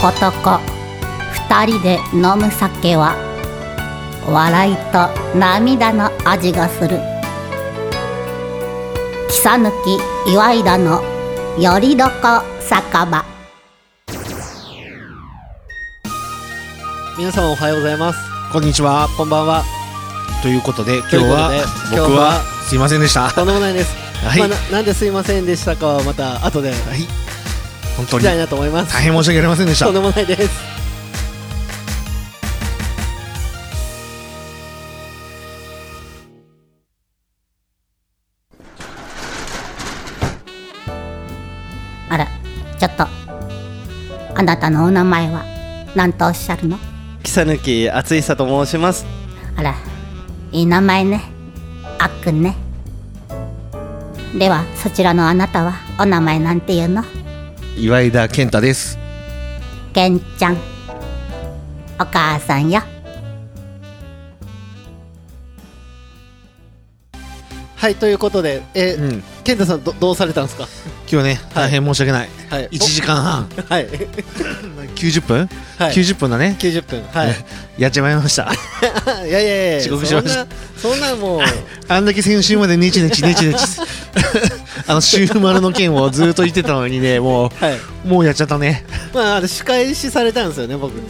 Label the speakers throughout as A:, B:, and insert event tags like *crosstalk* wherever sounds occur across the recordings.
A: 男二人で飲む酒は笑いと涙の味がする木さぬき岩井田のよりどこ酒場
B: 皆さんおはようございます
C: こんにちは。
B: こんばんは
C: ということで今日は
B: ということで
C: 僕
B: 今日
C: は
B: は
C: すいませんでした。
B: とんでもないです、
C: はい
B: まあ、ななんですいませんでしたかはまた後で
C: はい。本当
B: 聞き
C: に
B: たいなと思います
C: 大変申し訳ありませんでした
B: とん。でもないです
A: あらちょっとあなたのお名前は何とおっしゃるの
D: 木さぬきあついさと申します
A: あらいい名前ねあっくんねではそちらのあなたはお名前なんていうの
C: 岩井田健太です。
A: けんちゃんお母さんよ
B: はいということでえー
C: うん
B: 健太さんどどうされたんですか
C: 今日ね大変申し訳ない。
B: はい
C: 一時間半
B: おはい
C: 90分
B: はい
C: ?90 分だね。
B: 90分はい
C: *laughs* やっちまいました。
B: *laughs* いやいやいや
C: 遅刻しました
B: そんなそんな
C: *laughs*
B: もう
C: あんだけ先週までネチネチネ
B: *laughs*
C: チネチあの週丸の件をずっと言ってたのにねも
B: はい、
C: うもうやっちゃったね。
B: まあ、あれ仕返しされたんですよね、僕。
C: *laughs*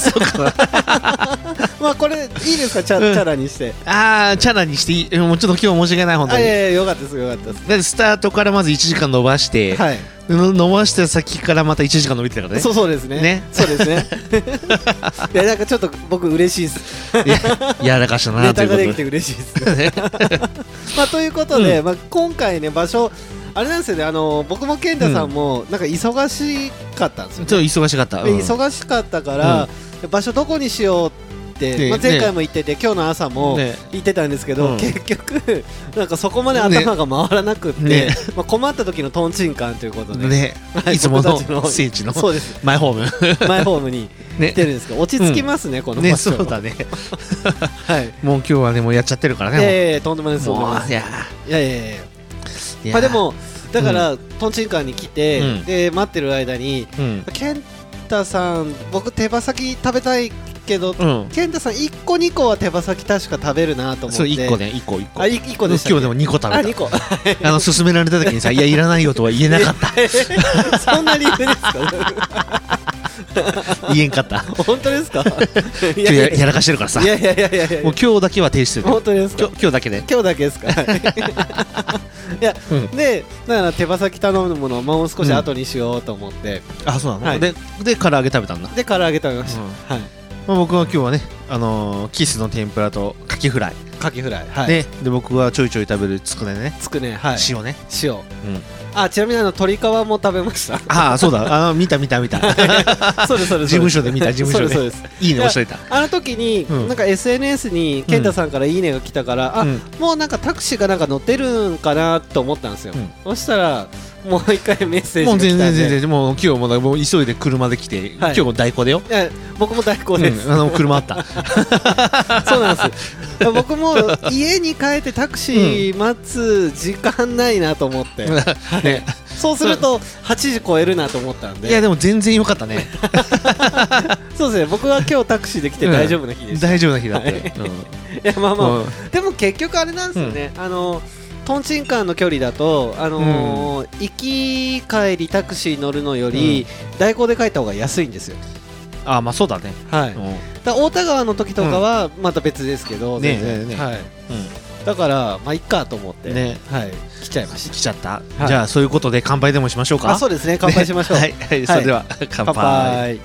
C: そうか。
B: *laughs* まあ、これいいですか、チャ、
C: うん
B: チャラにして。
C: ああチャラにしていいもうちょっと今日申し訳ない本当
B: あ、い
C: に。
B: やいや、よかったです、よかったで
C: だってスタートからまず1時間伸ばして、
B: す。はい。
C: の伸ばした先からまた1時間伸びてたからね
B: そうそうですね。
C: ね
B: そうです
C: *laughs*
B: ね。いやなんかちょっと僕嬉しいです。
C: いややらかした
B: ネ
C: なと
B: タ
C: い
B: がで
C: う
B: き
C: こと
B: て
C: で
B: 嬉しいです。 *laughs* まあということで、まあ今回ね場所あれなんですよね。あの僕も健太さんもなんか忙しかったんですよ、
C: ちょっと忙しかった、
B: で
C: うん
B: 忙しかったから、場所どこにしようって、
C: ね
B: まあ、前回も言ってて、今日の朝も
C: ね
B: 言ってたんですけど、
C: うん
B: 結局なんかそこまで頭が回らなくって、
C: ね
B: まあ、困った時のトンチンカンということで、
C: ね
B: はい
C: いつもの
B: 僕たちの
C: 聖地の
B: そうです
C: マイホーム
B: マイホームに来てるんですけど、落ち着きますね、この
C: ね
B: 場所、
C: そうだね
B: はい
C: もう今日はねもうやっちゃってるから
B: いやい
C: ね
B: やいやとんでもないですとんでも
C: も
B: ないう
C: いや
B: ですいやいやいや
C: いや
B: まあでもだから、トンチンカンに来て、
C: うん
B: で待ってる間に
C: うん
B: 健太さん僕手羽先食べたいけど、
C: うん
B: 健太さん一個二個は手羽先確か食べるなと思って
C: そう1個ね1個1個
B: あい一個でしたっけ
C: 今日でも2個食べた
B: あ二個
C: あの勧められた
B: *laughs*
C: 時にさ「いやいらないよ」とは言えなかった
B: そんな理由ですか *laughs*
C: 言えんかった
B: 本当 *laughs* ですかい
C: 今日やや
B: い
C: らかしてるからさ
B: やいやいやいやいやいや
C: もう今日だけは停止する
B: 本当ですか
C: 今日今日だけね
B: 今日だけですかい *laughs* や、
C: うん
B: でだから手羽先頼むものはもう少し後にしようと思って、
C: あそうなの、
B: はい
C: でで唐揚げ食べたんだ
B: で唐揚げ食べました、
C: うん
B: はい
C: まあ、僕は今日はね、あのーキスの天ぷらとカキフライ、
B: カキフライはい
C: ねで僕はちょいちょい食べるつくねね、
B: つくねはい
C: 塩ね、
B: 塩
C: うん、
B: あちなみにあの鶏皮も食べま
C: *laughs*
B: した
C: ああそうだあの見た
B: *laughs*
C: 見た見た
B: そうですそうです
C: 事務所で見 *laughs* た事務所で
B: そうですそうです
C: いいね押しといた
B: あの時に、
C: うん
B: なんか SNS に健太さんからいいねが来たから、あ、
C: うん
B: もうなんかタクシーがなんか乗ってるんかなと思ったんですよ、
C: うん
B: そしたらもう一回メッセージ
C: も
B: が
C: う
B: 来た
C: 全
B: んで
C: 然全然もう今日もだもう急いで車で来て、今日も代行でよ、
B: いや僕も代行
C: う
B: です、
C: ん、あの車あった
B: *laughs* そうなんです僕も家に帰ってタクシー待つ時間ないなと思って、
C: ね
B: そうすると8時超えるなと思ったんで
C: いやでも全然良かったね
B: そうですね僕は今日タクシーで来て大丈夫な日でした、
C: 大丈夫な日だったよ、
B: はい
C: うん
B: いやまあまあ、
C: うん
B: でも結局あれなんですよね、あのトンチンカンの距離だと、あのー行き帰りタクシー乗るのより、代行で帰った方が安いんですよ、
C: ああまあそうだね、
B: はい、
C: う
B: だか
C: ん
B: ら太田川の時とかはまた別ですけど、
C: ねえ
B: 全然
C: ねえねえ
B: はい、だからまあいっかと思って、
C: ね
B: はい、来ちゃいました
C: 来ちゃった、
B: い
C: じゃあそういうことで乾杯でもしましょうか
B: あそうですね乾杯しましょう、
C: はい、はい、それでは、乾
B: 乾
C: 杯
B: 杯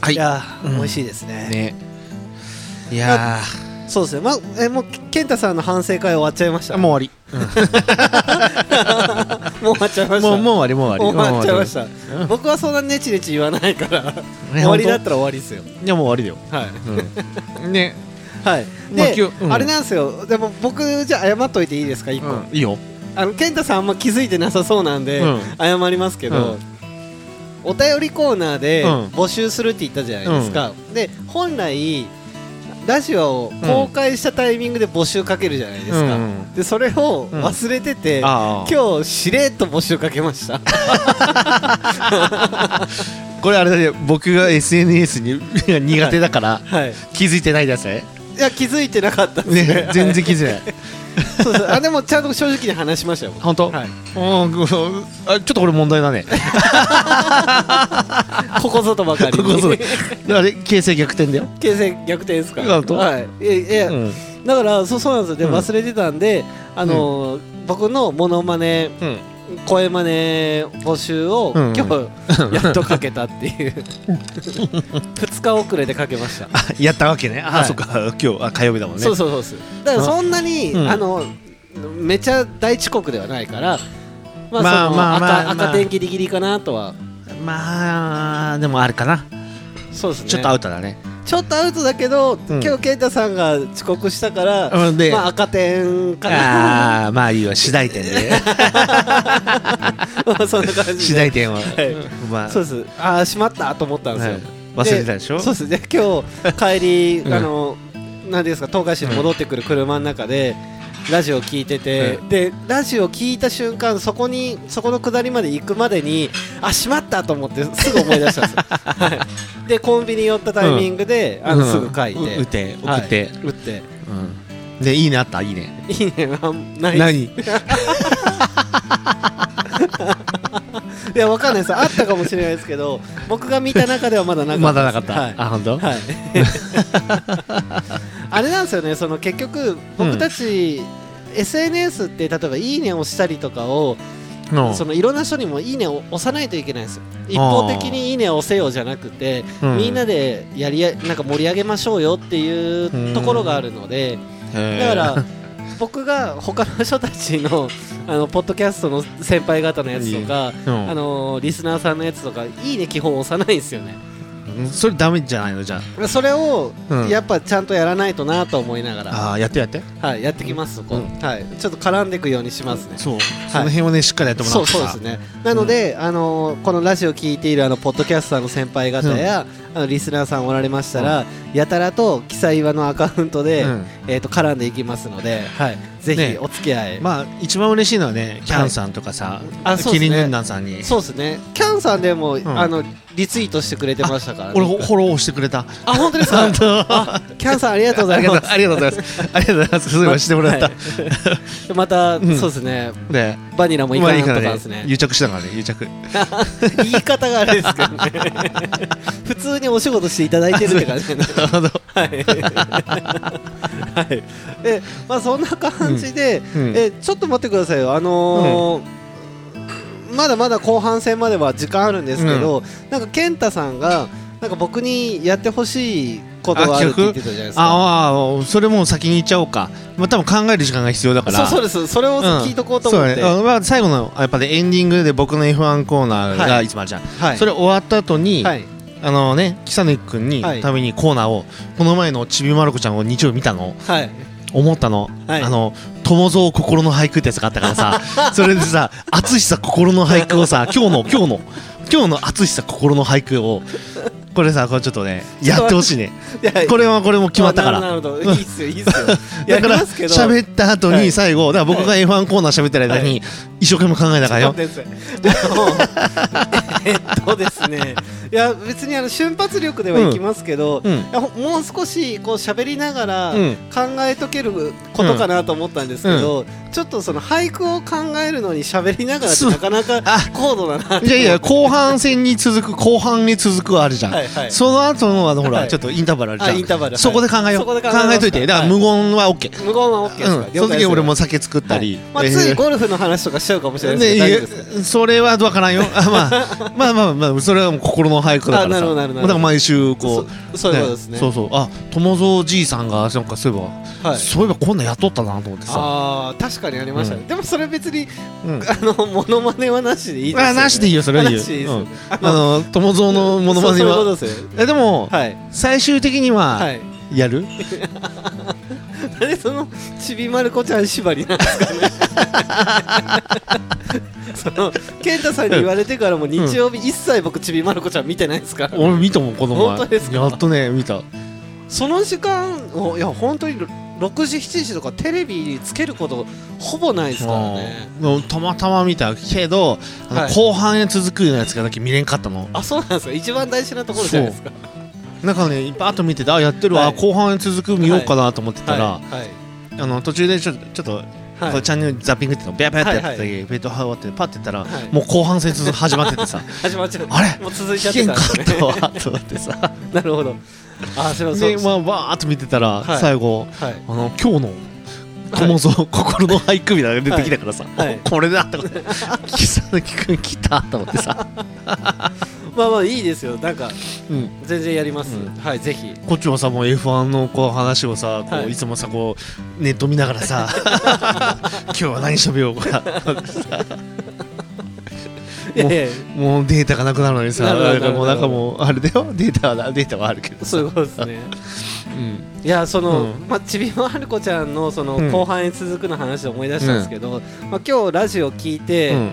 C: はい
B: いやー、
C: うん
B: 美味しいですね
C: ねいや
B: そうですねまあえもう健太さんの反省会終わっちゃいまし
C: ー
B: た
C: もう終わり
B: *laughs* もう終わっちゃいました
C: もうもう終わりもう終わり
B: 終わっちゃいまし
C: もう終わ
B: た僕はそんなネチネチ言わないから *laughs* 終わりだったら終わりですよ
C: りいやもう終わりだよ
B: はい
C: うんね
B: はい
C: まあ
B: で
C: 今日うん
B: あれなんですよでも僕じゃあ謝っといていいですか一個、
C: うんいいよ
B: あの健太さんあんま気づいてなさそうなんで、
C: うん
B: 謝りますけど、
C: うん
B: お便りコーナーで
C: うん
B: 募集するって言ったじゃないですか、で本来ラジオを公開したタイミングで募集かけるじゃないですか、
C: うん
B: でそれを忘れてて、
C: ああ
B: 今日しれっと募集かけま
C: *laughs*
B: した
C: これあれだね僕が SNS に *laughs* 苦手だから
B: はい
C: 気づいてないやつね
B: いや気づいてなかったですね
C: ね全然気づいてない
B: そうですあでもちゃんと正直に話しましたよ僕
C: 本当、
B: はい
C: うんこうあちょっとこれ問題だね
B: *laughs* ここぞとばかり
C: こ
B: に
C: こそうだあれ形勢逆転だよ、
B: 形勢逆転ですか
C: 本当
B: はいいやいや、
C: うん
B: だからそうそうなんですよで、
C: うん
B: 忘れてたんであのー僕のモノマネ
C: うん、
B: 声マネ募集を、
C: うんうん
B: 今
C: *laughs*
B: 日やっとかけたっていう2日遅れでかけました
C: あやったわけねあ、
B: はい
C: そっか今日あ火曜日だもんね
B: そうそうそうですだからそんなに、
C: うん
B: あのめちゃ大遅刻ではないからまあ、
C: まあ
B: その
C: まあまあ
B: 赤
C: まあ
B: 赤点ギリギリかなとは
C: まあでもあるかな
B: そうですね
C: ちょっとアウトだね
B: ちょっとアウトだけど、
C: ん
B: 今日健太さんが遅刻したから、
C: うんで
B: まあ赤点かな
C: ああまあいいわ次第 *laughs* 点で
B: まあ *laughs* そんな感
C: 次
B: じで
C: 第点は、
B: い
C: まあ
B: そうですああしまったと思ったんですよ、
C: はい忘れてたでしょ
B: そうですね今日帰り、
C: *laughs* うん
B: あの何ですか東海市に戻ってくる車の中で、ラジオ聞いてて、
C: う
B: でラジオ聞いた瞬間そこにそこの下りまで行くまでにあしまったと思ってすぐ思い出したんですよ、
C: *laughs*
B: はい、でコンビニ寄ったタイミングで、あのすぐ書いて、
C: うんう打って送
B: はい
C: って、
B: 打って
C: うんでいいねあったいいね
B: いいねあんないい
C: 何
B: やわかんないですあったかもしれないですけ
C: *laughs*
B: ど僕が見た中ではまだなかったです
C: まだなかった、
B: はい
C: あ本当、
B: はい、あれなんですよねその結局僕たち、SNS って例えば「いいね」をしたりとかを、
C: うん
B: そのいろんな人にも「いいね」を押さないといけないんですよ一方的に「いいね」を押せよじゃなくて、
C: うん
B: みんなでやりやなんか盛り上げましょうよっていうところがあるので、
C: へー
B: だ
C: *laughs*
B: から僕が他の人たちのあのポッドキャストの先輩方のやつとか、
C: うん
B: あのリスナーさんのやつとか「いいね」基本押さないんですよね
C: うんそれダメじゃないのじゃ
B: それを
C: うん
B: やっぱちゃんとやらないとなと思いながら、
C: ああーやってやって
B: はい、やってきます、そこはい、ちょっと絡んでいくようにしますね。
C: そう、その辺をねしっかりやってもら
B: そ
C: っ
B: う
C: て
B: そうですねなので、あのーこのラジオ聞いているあのポッドキャスターの先輩方や、あのリスナーさんおられましたら、やたらと記載岩のアカウントで、
C: うん
B: えー、と絡んでいきますので、はい、ぜ
C: ね
B: ひお付き合い、
C: まあ一番嬉しいのはねキャンさんとかさ、
B: あそう
C: キ
B: ですね
C: リン軍団さんに
B: そうですねキャンさんでも、
C: ん
B: あのリツイートしてくれてましたから、ね、
C: 俺フォローしてくれた
B: あ本当ですかあ *laughs* キャンさんありがとうございます
C: *laughs* ありがとうございますありがとうございますそういえばしてもらった、
B: はまた、
C: ん
B: そうですね
C: ね
B: バニラもい
C: ま
B: か
C: あ
B: ないい
C: い
B: と
C: か
B: からです
C: ね
B: ね
C: 癒着したからね癒着
B: 言い方があれですけどね普通にお仕事していただいてるって感じで
C: なるほど
B: はい、 *laughs* はい、でまあそんな感じで、
C: うんうん
B: えちょっと待ってくださいよあのーまだまだ後半戦までは時間あるんですけど、なんか健太さんがなんか僕にやってほしいことがあるって言ってたじゃないですか
C: あああそれもう先に言っちゃおうかまあ多分考える時間が必要だか
B: そ
C: ら
B: うそうですそれを聞いとこうと思って、
C: うんそうだねあまあ、最後のやっぱりエンディングで僕の F1 コーナーが
B: はい
C: いつもあるじゃん、
B: はい
C: それ終わった後に、
B: はい
C: あのねキサネ君に
B: はい
C: ためにコーナーをこの前のちびまる子ちゃんを日曜日見たの
B: はい
C: 思ったの、
B: はい
C: あの友蔵心の俳句ってやつがあったから
B: *laughs*
C: さそれでさ淳さ心の俳句をさ今日の今日の今日の淳さ心の俳句をこれさこれちょっとねやってほしいね
B: いや
C: これはこれも決まったから
B: あなるほどいいっすよいいっす
C: *laughs*
B: よや
C: だ
B: り
C: から
B: ますけど
C: 喋った後
B: はい
C: に最後、だから僕が F1 コーナー喋ってる間に一生懸命考えたから
B: ちょっ
C: よ
B: と、待ってくださいあのえっとですねいや別にあの瞬発力ではいきますけど、
C: うん
B: いやほもう少しこう喋りながら
C: うん
B: 考えとけることかなと思ったんですけど、ちょっとその俳句を考えるのに喋りながらって
C: そう
B: なかなか
C: あ
B: 高度だなって
C: いやいや後半戦に続く後半に続くはあるじゃん、
B: はいはい
C: その後のあのほら、
B: はい
C: ちょっとインターバルあるじゃん
B: あインターバルはい
C: そこで考えよう
B: そこで考えます
C: 考えといてだから無言は OK、
B: 無言は OK ですか、
C: うん、その時俺も酒作ったり、
B: まあ、
C: えー
B: ついゴルフの話とかしちゃうかもしれないですけど、大丈夫ですか
C: ね、それは分からんよあ、まあ、 *laughs* まあまあまあそれはもう心の俳句だから
B: あな
C: さ
B: るほどなるほど
C: だから毎週こう
B: そそういうことですね
C: そうそうあ友蔵じいさんがなんかそういえば、
B: はい
C: そういえばこんなん雇ったなと思ってさ
B: あー確かにありましたね、でもそれ別に、
C: うん
B: あのモノマネはなしでいいですよね
C: あなしでいいよそれはいいよ
B: なしでいいですよね
C: うんあの友蔵のモノマ
B: そうそ
C: ネ
B: ういう
C: は
B: ことですよ
C: えでも、
B: はい
C: 最終的に
B: は
C: はいやる、
B: なんでそのちびまる子ちゃん縛りなんですかね
C: *laughs*
B: その健太さんに言われてからも日曜日一切僕ちびまる子ちゃん見てないですから、
C: 俺見たもんこの前
B: 本当ですか
C: やっとね見た
B: その時間おいや本当に6時7時とかテレビつけることほぼないですからね
C: うんでもたまたま見たけど、あの
B: はい
C: 後半へ続くやつがだけ見れんかったの
B: あそうなんですか一番大事なところじゃないですか
C: なんかねバーッと見ててあやってるわ、
B: はい
C: 後半へ続く見ようかなと思ってたら、
B: はいはい
C: あの途中でちょっとちょっと
B: はい
C: こうチャンネルザッピングっていうのをビャビャってやってた
B: はい
C: りベッドハワってパッてやったら、
B: はい
C: もう後半戦続く始まってて
B: *laughs*
C: さ
B: 始まっちゃう
C: *laughs* あれ
B: *laughs* もう続いちゃ
C: 危
B: って
C: 険
B: たん
C: か
B: ですね
C: とわと思ってさ
B: *laughs* なるほど *laughs* あそうそう
C: で、
B: そ
C: ま
B: う
C: あ、わーっと見てたら、
B: はい
C: 最後
B: はい
C: あの今日の小物心の俳句みたいなのが出てきたからさ、
B: はいはい
C: おこれだと思って「木更木君来た」と思って
B: *laughs*
C: さ、
B: まあまあいいですよなんか
C: うん、
B: 全然やります、
C: うん
B: はいぜ *laughs* ひ
C: こっちもさもう F1 のこう話をさこう、
B: はい
C: い、つもさこうネット見ながらさ *laughs* 今日は何しゃべようか
B: いやいや
C: もうデータがなくなるのにさ
B: なるほど
C: だからもう
B: な
C: な
B: るほど
C: んかもうあれだよデータはなデータはあるけどさ
B: そういうことです *laughs* ね
C: うん
B: いやその、
C: うん
B: まあ、ちびまる子ちゃんのその
C: うん
B: 後半へ続くの話で思い出したんですけど、まあ、今日ラジオ聞いて、
C: うん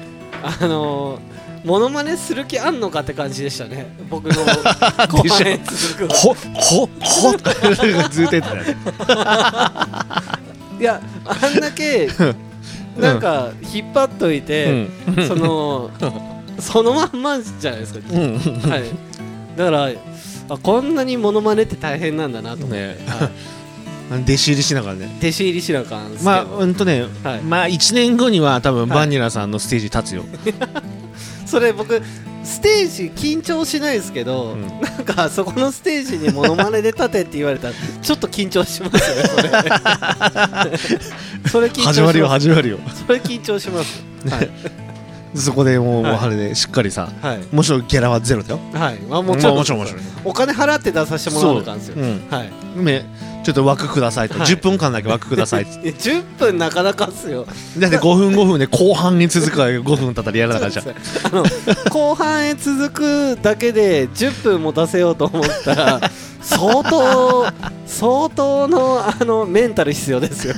B: あのー、モノマネする気あんのかって感じでしたね僕の後半へ続く
C: ほほほとかずっと言ってたよね
B: いやあんだけなんか引っ張っといて、そ *laughs* のそのまんまじゃないですか、
C: うんうん
B: はいだからあこんなにモノマネって大変なんだなと思って、
C: ね
B: はい
C: 弟子入りしながらね
B: 弟子入りしなあかんですけど、
C: まあうんとね、
B: はい
C: まあ1年後には多分バニラさんのステージ立つよ、
B: それ僕ステージ緊張しないですけど、
C: うん
B: なんかそこのステージにモノマネで立てって言われた *laughs* らちょっと緊張しますよね *laughs* それそれ緊張します
C: 始まるよ始まるよ
B: それ緊張しますはい
C: そこでもう、
B: はい
C: あれでしっかりさ
B: はい、
C: もちろんギャラはゼロだよ
B: はい、まあも
C: も
B: ちろん,、
C: もちろんもちろん
B: お金払って出させてもらわなあかんですよ、
C: うん
B: はい
C: ね、ちょっと枠くださいと、
B: はい
C: 10分間だけ枠くださいっ
B: *laughs* いや10分なかなかっすよ
C: て *laughs* だって5分5分で後半に続くから5分経ったらやらなかったじゃん
B: あの後半へ続くだけで10分も出せようと思ったら相当相当のあのメンタル必要ですよ。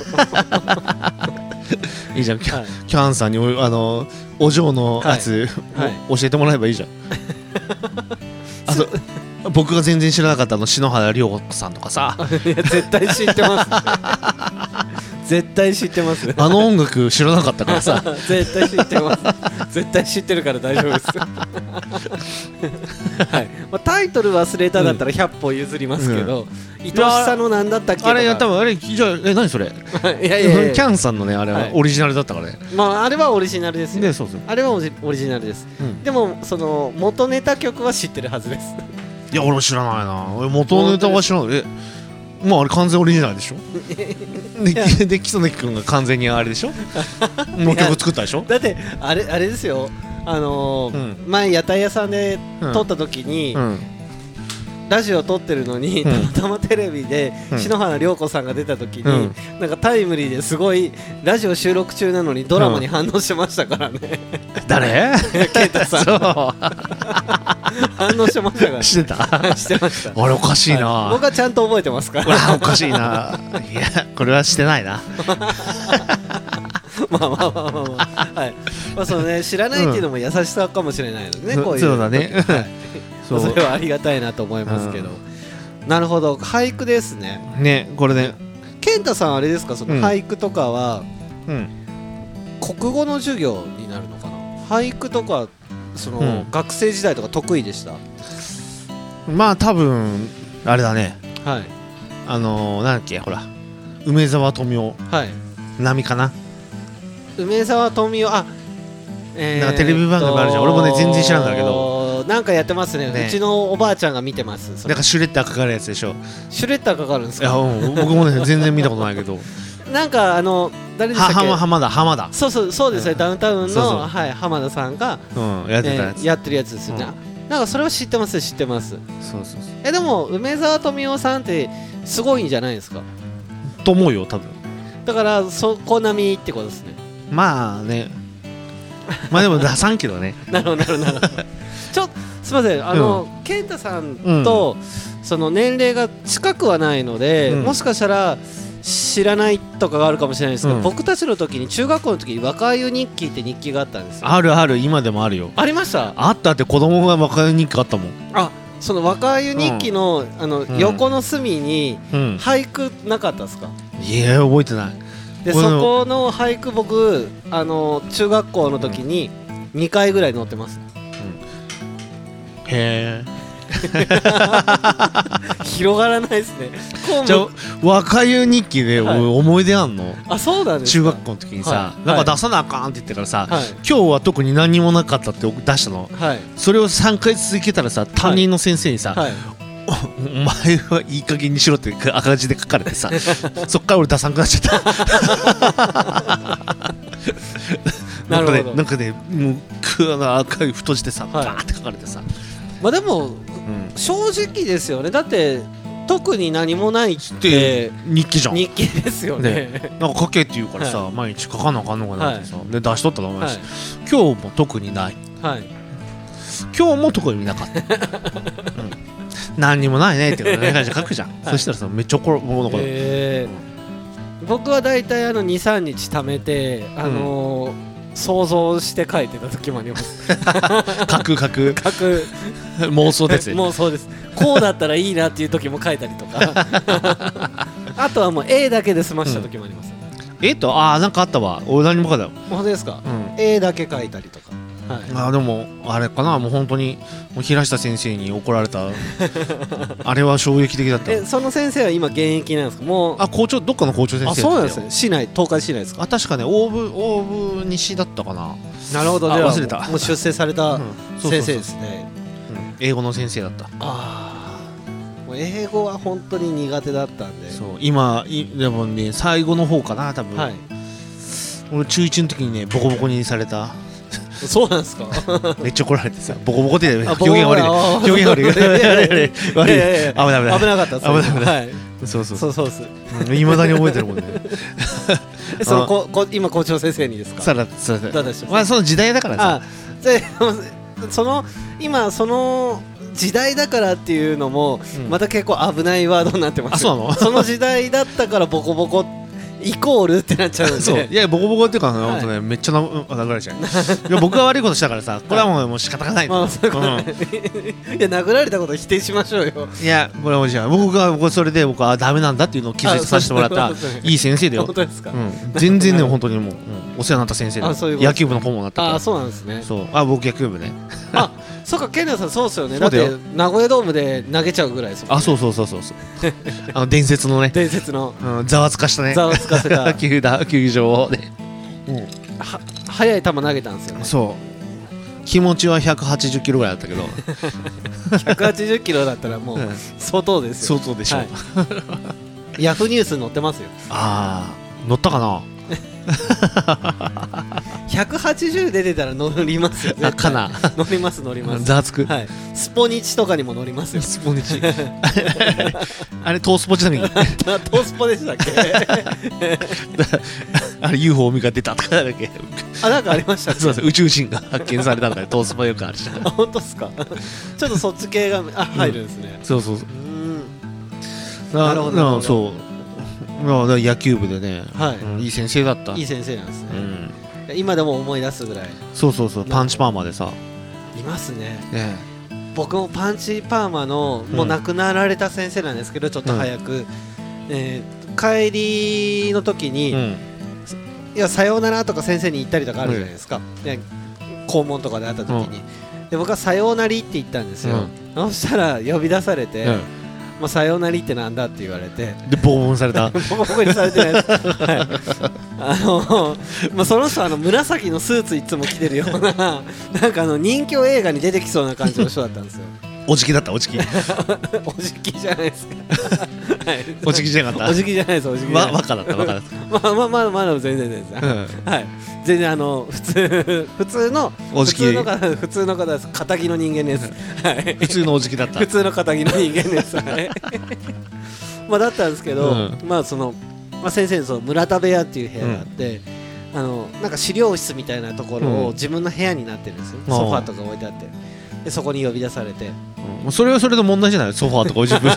C: いいじゃんキャ,、
B: はい
C: キャンさんにおあのお嬢のやつ、
B: はい
C: お教えてもらえばいいじ *laughs* ゃんあと僕が全然知らなかったあの篠原涼子さんとかさ
B: いや絶対知ってます。絶対知ってます。
C: あの音楽知らなかったから *laughs* さ
B: 絶対知ってます。絶対知ってるから大丈夫です。はい。まあタイトル忘れただったら100歩譲りますけど、愛しさのなんだったっけとか
C: あれやったぶんあれじゃあえ何それ
B: *laughs* いやいやいや
C: キャンさんのねあれ
B: はい
C: はオリジナルだったからね、
B: まああれはオリジナルですよ。
C: でそうそう
B: あれはオリオリジナルです、
C: うん
B: でもその元ネタ曲は知ってるはずです *laughs*
C: いや俺も知らないな俺元ネタは知らないえまああれ完全オリジナルでしょで *laughs* で木曽根君が完全にあ
B: *laughs*
C: れでしょもう曲作ったでしょ
B: だってあれあれですよあのー前屋台屋さんで撮った時に、
C: うん
B: ラジオ撮ってるのに、
C: うん
B: たまたまテレビで、
C: うん
B: 篠原涼子さんが出た時に、なんかタイムリーですごいラジオ収録中なのにドラマに反応してましたからね、
C: *laughs* 誰
B: ケイタさん
C: そ
B: 反応してましたから
C: *laughs* うしてた
B: はいしてました
C: あれおかしいな、
B: はい僕はちゃんと覚えてますから
C: これはおかしいないやこれはしてないな
B: まあまあまあまあまあ、はい。まあそのね知らないっていうのも優しさかもしれないのでね、
C: うん
B: こういう
C: そうだね
B: 時はい
C: そ
B: *laughs*
C: う
B: それはありがたいなと思いますけど。なるほど俳句ですね。
C: ねこれね
B: 健太さんあれですかその
C: うん
B: 俳句とかは、
C: うん
B: 国語の授業になるのかな。俳句とかその、
C: うん
B: 学生時代とか得意でした。
C: まあ多分あれだね
B: はい
C: あのー、なんだっけほら梅沢富美男
B: はい。
C: 並みかな、
B: 梅沢富美男あ。え
C: なんかテレビ番組あるじゃん俺もね全然知らんか
B: だ
C: らけど
B: なんかやってますね
C: ね
B: うちのおばあちゃんが見てますそ
C: な
B: れ
C: んかシュレッダーかかるやつでしょ
B: シュレッダーかかるんです
C: いや、
B: か
C: うん、僕もね *laughs* 全然見たことないけど
B: なんかあの誰でし
C: は
B: たっけ
C: 浜浜田浜田
B: そうそうそうですね、
C: うん
B: ダウンタウンの
C: そうそう
B: はい、浜田さんが
C: うんやってた
B: え
C: や
B: ー
C: つ、
B: やってるやつですよね、なんかそれは知ってます知ってます
C: そうそうそ
B: えでも梅沢富美男さんってすごいんじゃないですか
C: うと思うよ多分
B: だからそこ並みってことですね
C: まあねまあでも出さんけど
B: *laughs*
C: ね
B: なるほどなるほどなるほど
C: *laughs*
B: ちょっとすいませんあの、健太さんと、その年齢が近くはないので、
C: うん
B: もしかしたら知らないとかがあるかもしれないですけど、
C: うん
B: 僕たちの時に中学校の時に若湯日記って日記があったんですよ
C: あるある今でもあるよ
B: ありました
C: あったって子供が若い日記あったもん
B: あその若湯日記の,、あの
C: ん
B: 横の隅に
C: うん
B: 俳句なかったですか、
C: いや覚えてない
B: で
C: こ
B: そ
C: れ
B: この俳句僕あの中学校の時に2回ぐらい載って
C: *laughs*
B: ます
C: へえ
B: 広がらないですねこう
C: *laughs* じゃあ若湯日記で
B: はい
C: 俺思い出あんの、
B: あそうなんですか
C: 中学校の時にさ、
B: はい
C: なんか出さなあかんって言ってからさ、
B: はい
C: 今日は特に何もなかったって出したの
B: はい
C: それを3回続けたらさ担任の先生にさ、
B: はい
C: お前はいい加減にしろって赤字で書かれて
B: *laughs*
C: さそっから俺出さんくなっちゃった
B: *laughs* なるほど
C: んかねなんかねもうくあの赤い太字でさ、
B: はい
C: バーって書かれてさ、
B: まあでも
C: うん、
B: 正直ですよねだって特に何もないって
C: で日記じゃん
B: 日記ですよね
C: なんか書けって言うからさ、毎日書かなあかんのかなってさ、で出しとったらお前、
B: はい
C: 今日も特にない
B: はい
C: 今日も特に
B: *laughs*
C: なかった、うん、何にもないねってことで書くじゃん、そしたらさめっちゃ怒るもうなんか
B: えー僕は大体あの23日貯めてあのー想像して書いてた時もあり
C: *laughs*
B: ます
C: 書く書く
B: 書く
C: *laughs* 妄想ですよね
B: もうそうですこうだったらいいなっていう時も書いたりとかあとはもう A だけで済ました時もあります、
C: えっとああなんかあったわ俺何も書いたよ、
B: 本当ですか
C: うん、
B: A だけ書いたりとか、はい、
C: あーでもあれかなもう本当にもう平下先生に怒られ *laughs* たあれは衝撃的だった
B: えその先生は今現役なんですかもう
C: あ校長どっかの校長先生
B: あそうなんです
C: ね
B: ね市内東海市内ですか
C: あ確かね大部大部西だったかな、
B: なるほど
C: あ
B: では
C: 忘れた
B: もう出世された
C: うんそうそうそう
B: 先生ですね
C: うん英語の先生だった
B: ああもう英語は本当に苦手だったんで
C: そう今いでもね最後の方かな多分、
B: はい
C: 俺中1の時にねボコボコにされ *laughs* た
B: そうなんですか
C: めっちゃ怒られてさボコボコって
B: あ
C: 表現悪いね
B: ボコボコ
C: 表現悪 *laughs* い悪い悪い悪い
B: いやいやい
C: 危ない危ない
B: 危なかったです
C: 危ない危な
B: はい
C: *laughs* そうそう
B: そうそうです
C: いまだに覚えてるもんね
B: え *laughs* そのここ今校長先生にですか
C: さらさら
B: だとしても
C: まあその時代だからさ
B: あで *laughs* その今その時代だからっていうのも、
C: うん
B: また結構危ないワードになってますよ
C: あそうなの
B: *laughs* その時代だったからボコボコイコールってなっちゃうんで
C: そういやボコボコっていうか、本当ねめっちゃなうん殴られ
B: *laughs*
C: ちゃういや僕が悪いことしたからさこれはもう,、もう仕方がない、
B: まあ *laughs* そういうこと
C: うん
B: いや殴られたこと否定しましょうよ
C: いやこれはもうじゃあ僕が僕はそれで僕はあダメなんだっていうのを気づいてさせてもらった
B: あそうそう
C: いい先生だよ
B: 本、当ですか、
C: うん、全然ね本当にもう、うんお世話になった先生だよ
B: あそういうこと
C: 野球部の顧問になったから
B: ああそうなんですね
C: そうあ僕野球部ね
B: あそうかケンナさんそうですよね
C: そうだよ
B: って名古屋ドームで投げちゃうぐらいですもん
C: あそうそうそうそう
B: *laughs*
C: そうあの伝説のね
B: 伝説の
C: うんざわつかしたね
B: ざわつかせ
C: *laughs*
B: たは
C: 球だ球場をね、
B: 速い球投げたんですよね
C: そう気持ちは180キロぐらいだったけど
B: 180キロだったらもう
C: うん
B: 相当ですよ
C: 相当でしょ、
B: はいヤフーニュースに載ってますよ
C: ああ乗ったかな
B: 180で出たら乗りますよ絶対
C: あかな
B: 乗ります乗ります
C: ざわつく、
B: はいスポニチとかにも乗りますよ
C: スポニチ *laughs* あれトースポちなみに *laughs*
B: あトースポでしたっけ
C: あれ UFO 海が出たとかだっけ
B: *laughs* あなんかありましたっけ
C: すいません宇宙人が発見されたんだよトースポよくあるじゃん
B: あ本当ですかちょっとそっち系があ入るんですね
C: そうそうそう
B: うん
C: な
B: なるほどなるほど
C: そうだから野球部でね、
B: はい
C: うんいい先生だった
B: いい先生なんです
C: う
B: ね
C: ん、
B: 今でも思い出すぐらい
C: そうそうそうパンチパーマでさ、
B: いますね
C: ね、
B: 僕もパンチパーマのもう亡くなられた先生なんですけどちょっと早くえー帰りの時に
C: うん
B: いやさようならとか先生に言ったりとかあるじゃないですか、ね校門とかで会った時に、で僕はさようなりって言ったんですよ、そしたら呼び出されて、
C: うん
B: まあ、さようなりってなんだって言われて
C: でボコボコにされた
B: ボコボコにされてない
C: *laughs*
B: です、はいあのまあ、その人はあの紫のスーツいつも着てるようななんかあの人気映画に出てきそうな感じの人だったんですよ
C: おじきだったお *laughs* じ
B: *laughs*
C: き
B: おじきじゃないですか、はい、
C: *laughs* おじきじゃなかった
B: おじきじゃないですおじきじゃ
C: わ
B: ないです
C: 若だった若だっ
B: まあまあまあまだ全然全然、
C: *laughs* た、うん
B: はい、全然あの普通普通の
C: お
B: 普
C: じき
B: 通の方普通の方です肩着の人間です、はい、
C: 普通のおじきだった
B: 普通の肩着の人間です、はい、まあだったんですけど、
C: うん
B: まあその、まあ、先生のその村田部屋っていう部屋があって、あのなんか資料室みたいなところ
C: うん
B: を自分の部屋になってるんですよ、
C: ああ
B: ソファーとか置いてあってでそこに呼び出されて
C: うんそれはそれで問題じゃないソファーと
B: *laughs*
C: か自分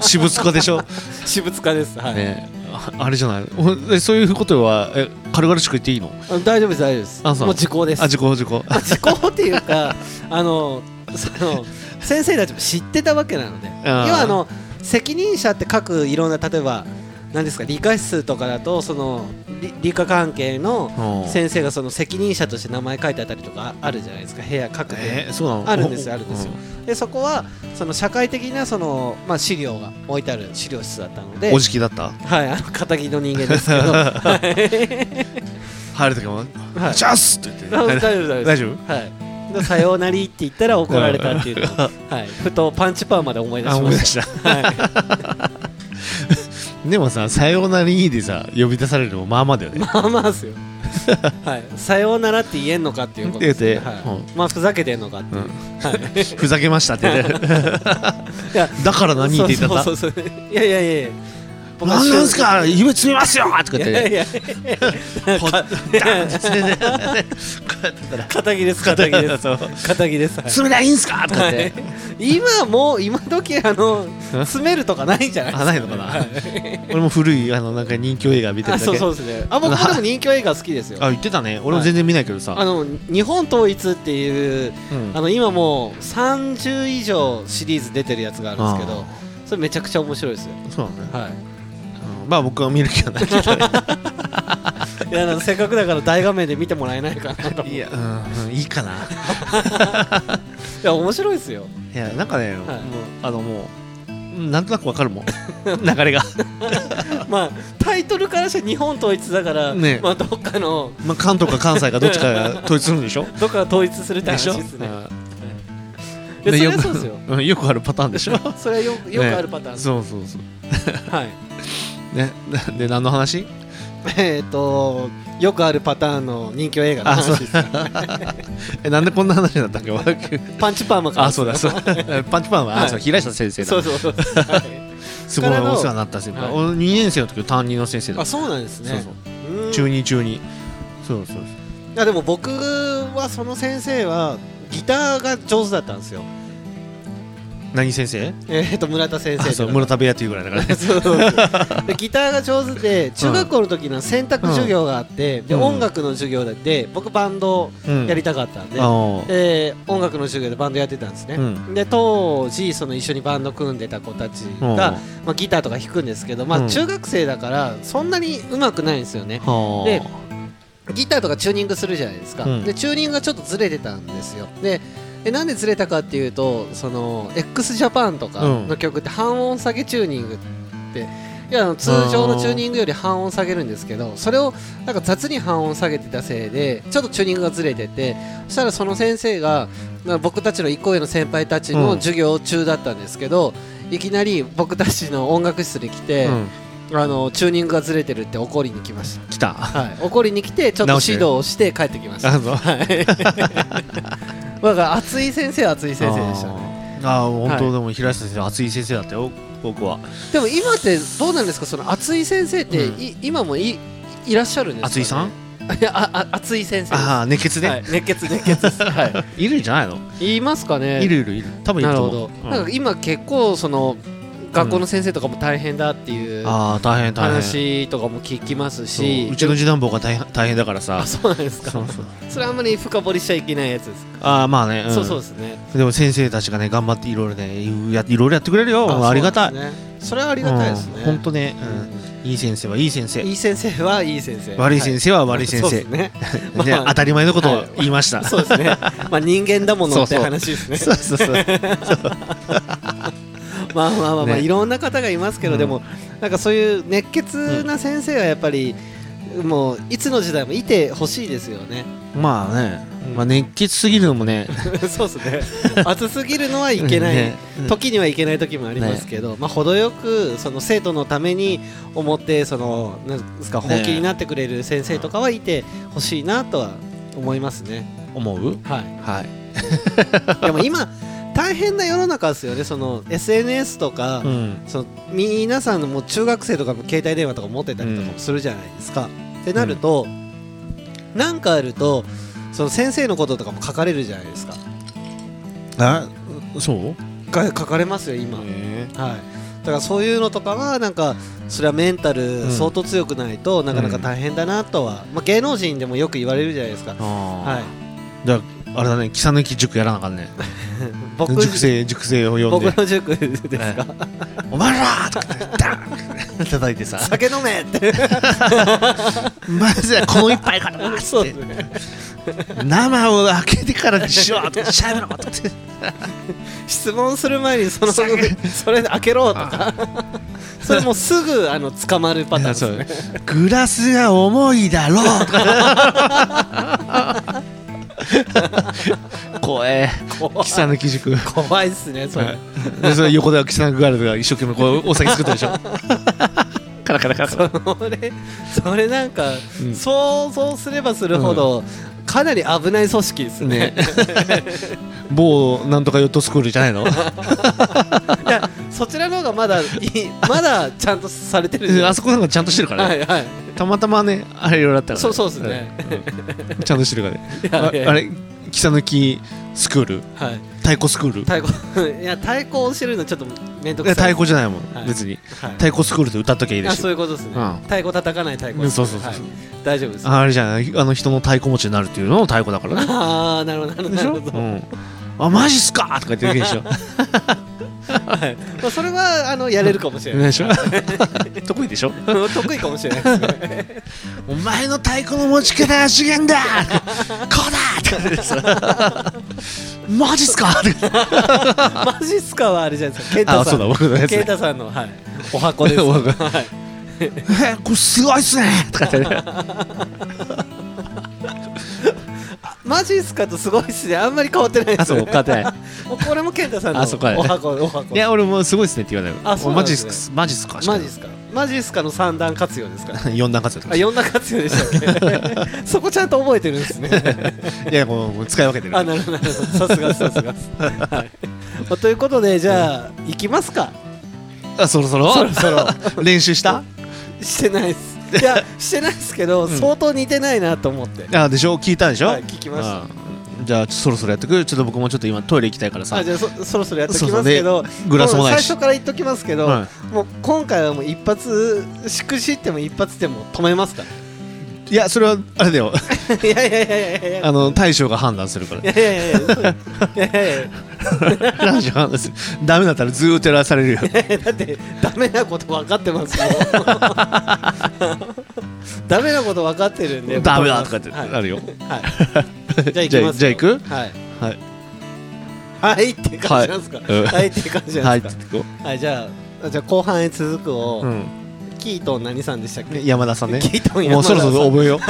C: 私物化でしょ、
B: 私物化です、はい
C: ね、ああれじゃないほんえそういうことはえ軽々しく言っていいの
B: あ大丈夫です大丈夫です
C: あそう
B: *laughs* もう時効です
C: あ時効時効
B: *laughs* まあ時効っていうかあのその先生たちも知ってたわけなので要はあの責任者って書くいろんな例えば何ですか理科室とかだとその理理科関係の
C: うん
B: 先生がその責任者として名前書いてあったりとかあるじゃないですか部屋各部屋
C: えー、そうなの
B: あるんですよあるんですよでそこはその社会的なその、まあ、資料が置いてある資料室だったの
C: う
B: で
C: んおじきだった
B: はい、あの肩着の人間ですけど、
C: *laughs*
B: はい
C: 入る時も
B: は
C: 「
B: い
C: チャンス!」って言って
B: 大丈夫大丈夫
C: 大丈夫
B: はいでさようなりって言ったら怒られたっていうのを、はい、ふとパンチパーまで思い出
C: あ
B: し
C: 思
B: ま
C: い
B: し
C: 出
B: た *laughs*
C: した
B: は
C: *laughs* でもさ「さようならに」でさ呼び出されるのもまあまあだよ
B: い、
C: ね
B: まあまあですよ、はい、さようならって言えんのかっていうことです、ね
C: 言うて
B: はい
C: うん
B: まあふざけてんのかっていう、
C: うん
B: はい、
C: ふざけましたってね
B: *laughs* いや
C: だから何って言ったんだ
B: そうそうそういやいやいやいや僕は
C: 何なんすか夢詰めますよとか
B: い
C: 言っ
B: や
C: て
B: いや
C: ほダーンってねねこうやってたら
B: 肩着です肩着です
C: *laughs* そう
B: 肩着です、はい
C: 冷たいんすかとか
B: は
C: 言
B: い
C: って、
B: 今もう今時あの詰めるとかないんじゃないです
C: あないのかな俺も古いあのなんか人気映画見てる
B: あ
C: だけ
B: *laughs* そうそうですねあ僕もでも人気映画好きですよ
C: あ言ってたね俺も全然見ないけどさ、
B: あの日本統一っていう
C: うん
B: あの今もう30以上シリーズ出てるやつがあるんですけど
C: あ
B: それめちゃくちゃ面白いですよ
C: そうなのね
B: はい *laughs*
C: うんまあ僕は見る気はないけどね
B: いやあのせっかくだから大画面で見てもらえないかなと思う
C: い
B: い
C: やうんうんいい
B: *laughs*
C: かな
B: や面白いですよ
C: いやなんかね、
B: はい
C: もうあのもううんなんとなくわかるもん *laughs* 流れが、
B: まあタイトルからして日本統一だから
C: ね
B: まあどっかの
C: まあ、関東か関西かどっちか
B: *laughs*
C: が統一するんでしょ
B: どっかが統一するって
C: でしょ
B: 話ですね
C: うん
B: いやそれ
C: よ
B: は
C: く
B: そうですよ
C: うんよくあるパターンでしょ
B: そ *laughs* れはよよくあるパターンです
C: そうそうそう
B: はい
C: ね *laughs* で何の話
B: えっとよくあるパターンの人気映画の話です
C: えなんでこんな話に
B: *laughs*
C: なったっけわかんないけど
B: パンチパーマから
C: *laughs* あそうだそう *laughs* パンチパンは、
B: は
C: あ
B: い
C: そう平下先生だ
B: そうそうそうはい
C: すごいお
B: からの
C: 世話になった先輩、
B: はい
C: 俺2年生の時の担任の先生だ
B: あそうなんですね
C: そうそう
B: うん
C: 中二中二そうそうそう
B: いやでも僕はその先生はギターが上手だったんですよ
C: 何先生
B: えっ、と村田先生
C: あそう村田部屋っていうぐらいだか
B: *laughs*
C: らね
B: そうそうそう *laughs* でギターが上手で中学校の時の選択授業があって、で
C: うん
B: 音楽の授業でで僕バンド
C: うん
B: やりたかったんで、
C: あー
B: で音楽の授業でバンドやってたんですね、
C: う
B: で当時その一緒にバンド組んでた子たちが、
C: うん
B: まあ、ギターとか弾くんですけど、ま
C: う
B: あ、
C: ん
B: 中学生だからそんなに上手くないんですよね、
C: はあ
B: でギターとかチューニングするじゃないですか、
C: うん
B: でチューニングがちょっとずれてたんですよでえなんでずれたかっていうとその x ジャパンとかの曲って半音下げチューニングっていやあの通常のチューニングより半音下げるんですけどそれをなんか雑に半音下げてたせいでちょっとチューニングがずれててそしたらその先生がまあ僕たちの一個上の先輩たちの授業中だったんですけど、いきなり僕たちの音楽室に来て、
C: うん
B: あのチューニングがずれてるって怒りに来ました。
C: 来た
B: はい、怒りに来てちょっと
C: 直
B: 指
C: して
B: 導をして帰ってきました
C: あそう
B: はい、だから熱い *laughs* 先生は熱い先生でしたね
C: あーあー本
B: は
C: 当
B: い
C: でも平下先生熱い先生だったよ僕は
B: でも今ってどうなんですかその熱い先生ってい、今もいいらっしゃるんですか、ね、
C: 熱いさん
B: いやああ熱い先生です
C: ああ熱血
B: は
C: ね
B: い、熱血熱血です、
C: *laughs*
B: はい
C: るんじゃないの
B: い、いますかね
C: いるいるいる多分い
B: な
C: る
B: る
C: と
B: ほ
C: 思
B: ど
C: う、
B: なん
C: う
B: か
C: ん
B: 今結構その学校の先生とかも大変だっていう
C: ああ大変大変
B: 話とかも聞きます
C: そう
B: し
C: うちの次男坊が大変大変だからさ
B: あそうなんですか
C: そうそう
B: それあんまり深掘りしちゃいけないやつです、
C: ああまあねん
B: そうそうですね
C: でも先生たちがね頑張っていろいろねやいろいろやってくれるよありがた
B: そう
C: い
B: ですねそれはありがたいですね、
C: 本当ね、うんいい先生はいい先生
B: いい先生はいい先生
C: 悪い先生は悪い先
B: そう
C: 生、
B: ですね
C: *laughs* ね
B: まあ
C: 当たり前のことを言いまし
B: *laughs*
C: た、
B: そうですねまあ人間だものって
C: そうそう
B: 話ですね
C: そうそうそう
B: まあまあまあまあ
C: ね
B: いろんな方がいますけ
C: う
B: ど
C: ん
B: でもなんかそういう熱血な先生はやっぱりもういつの時代もいてほしいですよね
C: *laughs*
B: *laughs*
C: まあね、まあ、熱血すぎるのもね
B: そうですね熱すぎるのはいけない
C: ね
B: 時にはいけない時もありますけど、まあ程よくその生徒のために思ってそのなんですか
C: ね
B: 本気になってくれる先生とかはいてほしいなとは思いますね。 *laughs*
C: 思う
B: はい
C: はい、
B: でも今大変な世の中ですよねその SNS とか、
C: うん、
B: その皆さんのもう中学生とかも携帯電話とか持ってたりとかもするじゃないですか、ってなると、なんかあるとその先生のこととかも書かれるじゃないですか
C: あそう、
B: が書かれますよ今、
C: え
B: はいだからそういうのとかはなんかそれはメンタ
C: ん
B: ル相当強くないとなかなか大変だなとは、まあ、芸能人でもよく言われるじゃないですか、
C: あ
B: はい
C: あ、あれだね草抜き塾やらなあかんね
B: 僕
C: 熟成熟成を呼ん
B: 僕
C: で
B: の塾ですか、
C: 「お前ら!」とかダーン叩い
B: *laughs*
C: てさ
B: 酒飲めって
C: *laughs* 「マジでこの一杯から *laughs* な」っつ
B: そう
C: っ
B: で
C: て
B: すね
C: 「生を開けてからにしよう」とか「しゃべろ」とかって
B: 質問する前にそのそ
C: 酒
B: れ開けろとかそれもうすぐあの捕まるパターンですね
C: そうグラスが重いだろうとか *laughs* 怖え
B: 怖い
C: 草抜き塾
B: 怖いっすねそれ、
C: でそれ横では草抜きガールズが一生懸命こうお酒作ったでしょ *laughs* カラカラカラカラ
B: それそれなんか、
C: うん
B: 想像すればするほど、かなり危ない組織ですね
C: *laughs* ね某なんとかヨットスクールじゃない
B: い
C: の
B: やそちらの方がまだいいまだちゃんとされてるじゃない
C: *laughs* あそこなんかちゃんとしてるから
B: は
C: ね
B: いはい
C: たまたまねあれいろいろあったから
B: そうそうですね、
C: うんちゃんとしてるからねあ
B: *laughs*
C: あ
B: いやいや
C: れ草抜きスクール
B: はい
C: 太鼓スクール
B: 太鼓いや太鼓を教えるのちょっと面倒
C: い
B: く
C: や太
B: さい
C: 鼓じゃないもん、
B: はい
C: 別に
B: はい
C: 太鼓スクールで歌っときゃいいで
B: あ
C: しょ
B: そういうことですね、
C: うん
B: 太鼓叩かない太鼓です
C: うんそうそうそうそう
B: はい大丈夫ですあ
C: あれじゃないあの人の太鼓持ちになるっていうのも太鼓だから
B: *laughs*
C: ね
B: あーなるほどなるほど
C: で
B: な
C: し
B: る
C: ょ、
B: ほ
C: う
B: ど、
C: ん、あマジっすかとか言ってるでしょ
B: *laughs* はいまあ、それはあのやれるかもしれない
C: でしょ得意でしょ
B: 得意かもしれないです
C: *laughs*
B: ね
C: お前の太鼓の持ち方は資源だこうだとか言ってさ
B: *laughs*
C: マジっすかとか
B: マジっすかはあれじゃないですか。ケイタさん。
C: あそうだ僕のやつ
B: ケイタさんの、はい。お箱です。
C: *laughs* お箱
B: はい。
C: えーこれすごいっすねとか言ってね
B: マジっすかとすごいっすね。あんまり変わってないです。
C: あそう勝て
B: *laughs*
C: ない
B: もうこれもケイタさんの。
C: あそうか
B: お箱、お箱。
C: いや俺もうすごいっすねって言わない
B: あそうなん
C: マ
B: で
C: ジっ
B: すね
C: すマジっすか
B: マジっすか。マジっすかの三段活用ですか。
C: 4段活用
B: あ、四段活用でしたっ *laughs* け。そこちゃんと覚えてるんです *laughs* ね。
C: いやもうもう使い分けてる
B: あ、なるほど、なるほど。さすが、さすが。はい。まあということで、じゃあ、行きますか。
C: あそろそろ
B: そろそろ
C: 練習した
B: *laughs* してないっす。いや、してないっすけど、
C: ん
B: 相当似てないなと思って。
C: あでしょ聞いたでしょ、
B: はい聞きました
C: あじゃあそろそろやってくちょっと僕もちょっと今トイレ行きたいからさ
B: あじゃあそそろそろやっときますけど
C: そうそうでグラスもないし
B: う最初から言っときますけど、
C: は
B: もう今回はもう一発しくじっても一発でも止めますか
C: いやそれはあれだよ
B: ら *laughs* いやいやいやいやいやいや
C: あの大将が判断するから
B: いやいやいやそういやいやいや
C: 大将が判断するダメだったらずーっとやらされるよ
B: だってダメなこと分かってます
C: *laughs*
B: よダメなこと分かってるんで
C: ダメだとかって
B: はい
C: なるよ、
B: はい、じゃあ行きます
C: じゃあ行く
B: はい
C: はい
B: はいって感じなんですか
C: はいうん
B: はいって感じな
C: は
B: ん
C: い
B: ですかはいじゃあじゃあ後半へ続くを、
C: うん
B: キートン何さんでしたっけ
C: 山田さんね
B: キートン
C: も
B: 山
C: う
B: 田
C: そ
B: さん
C: ろそろ覚えよ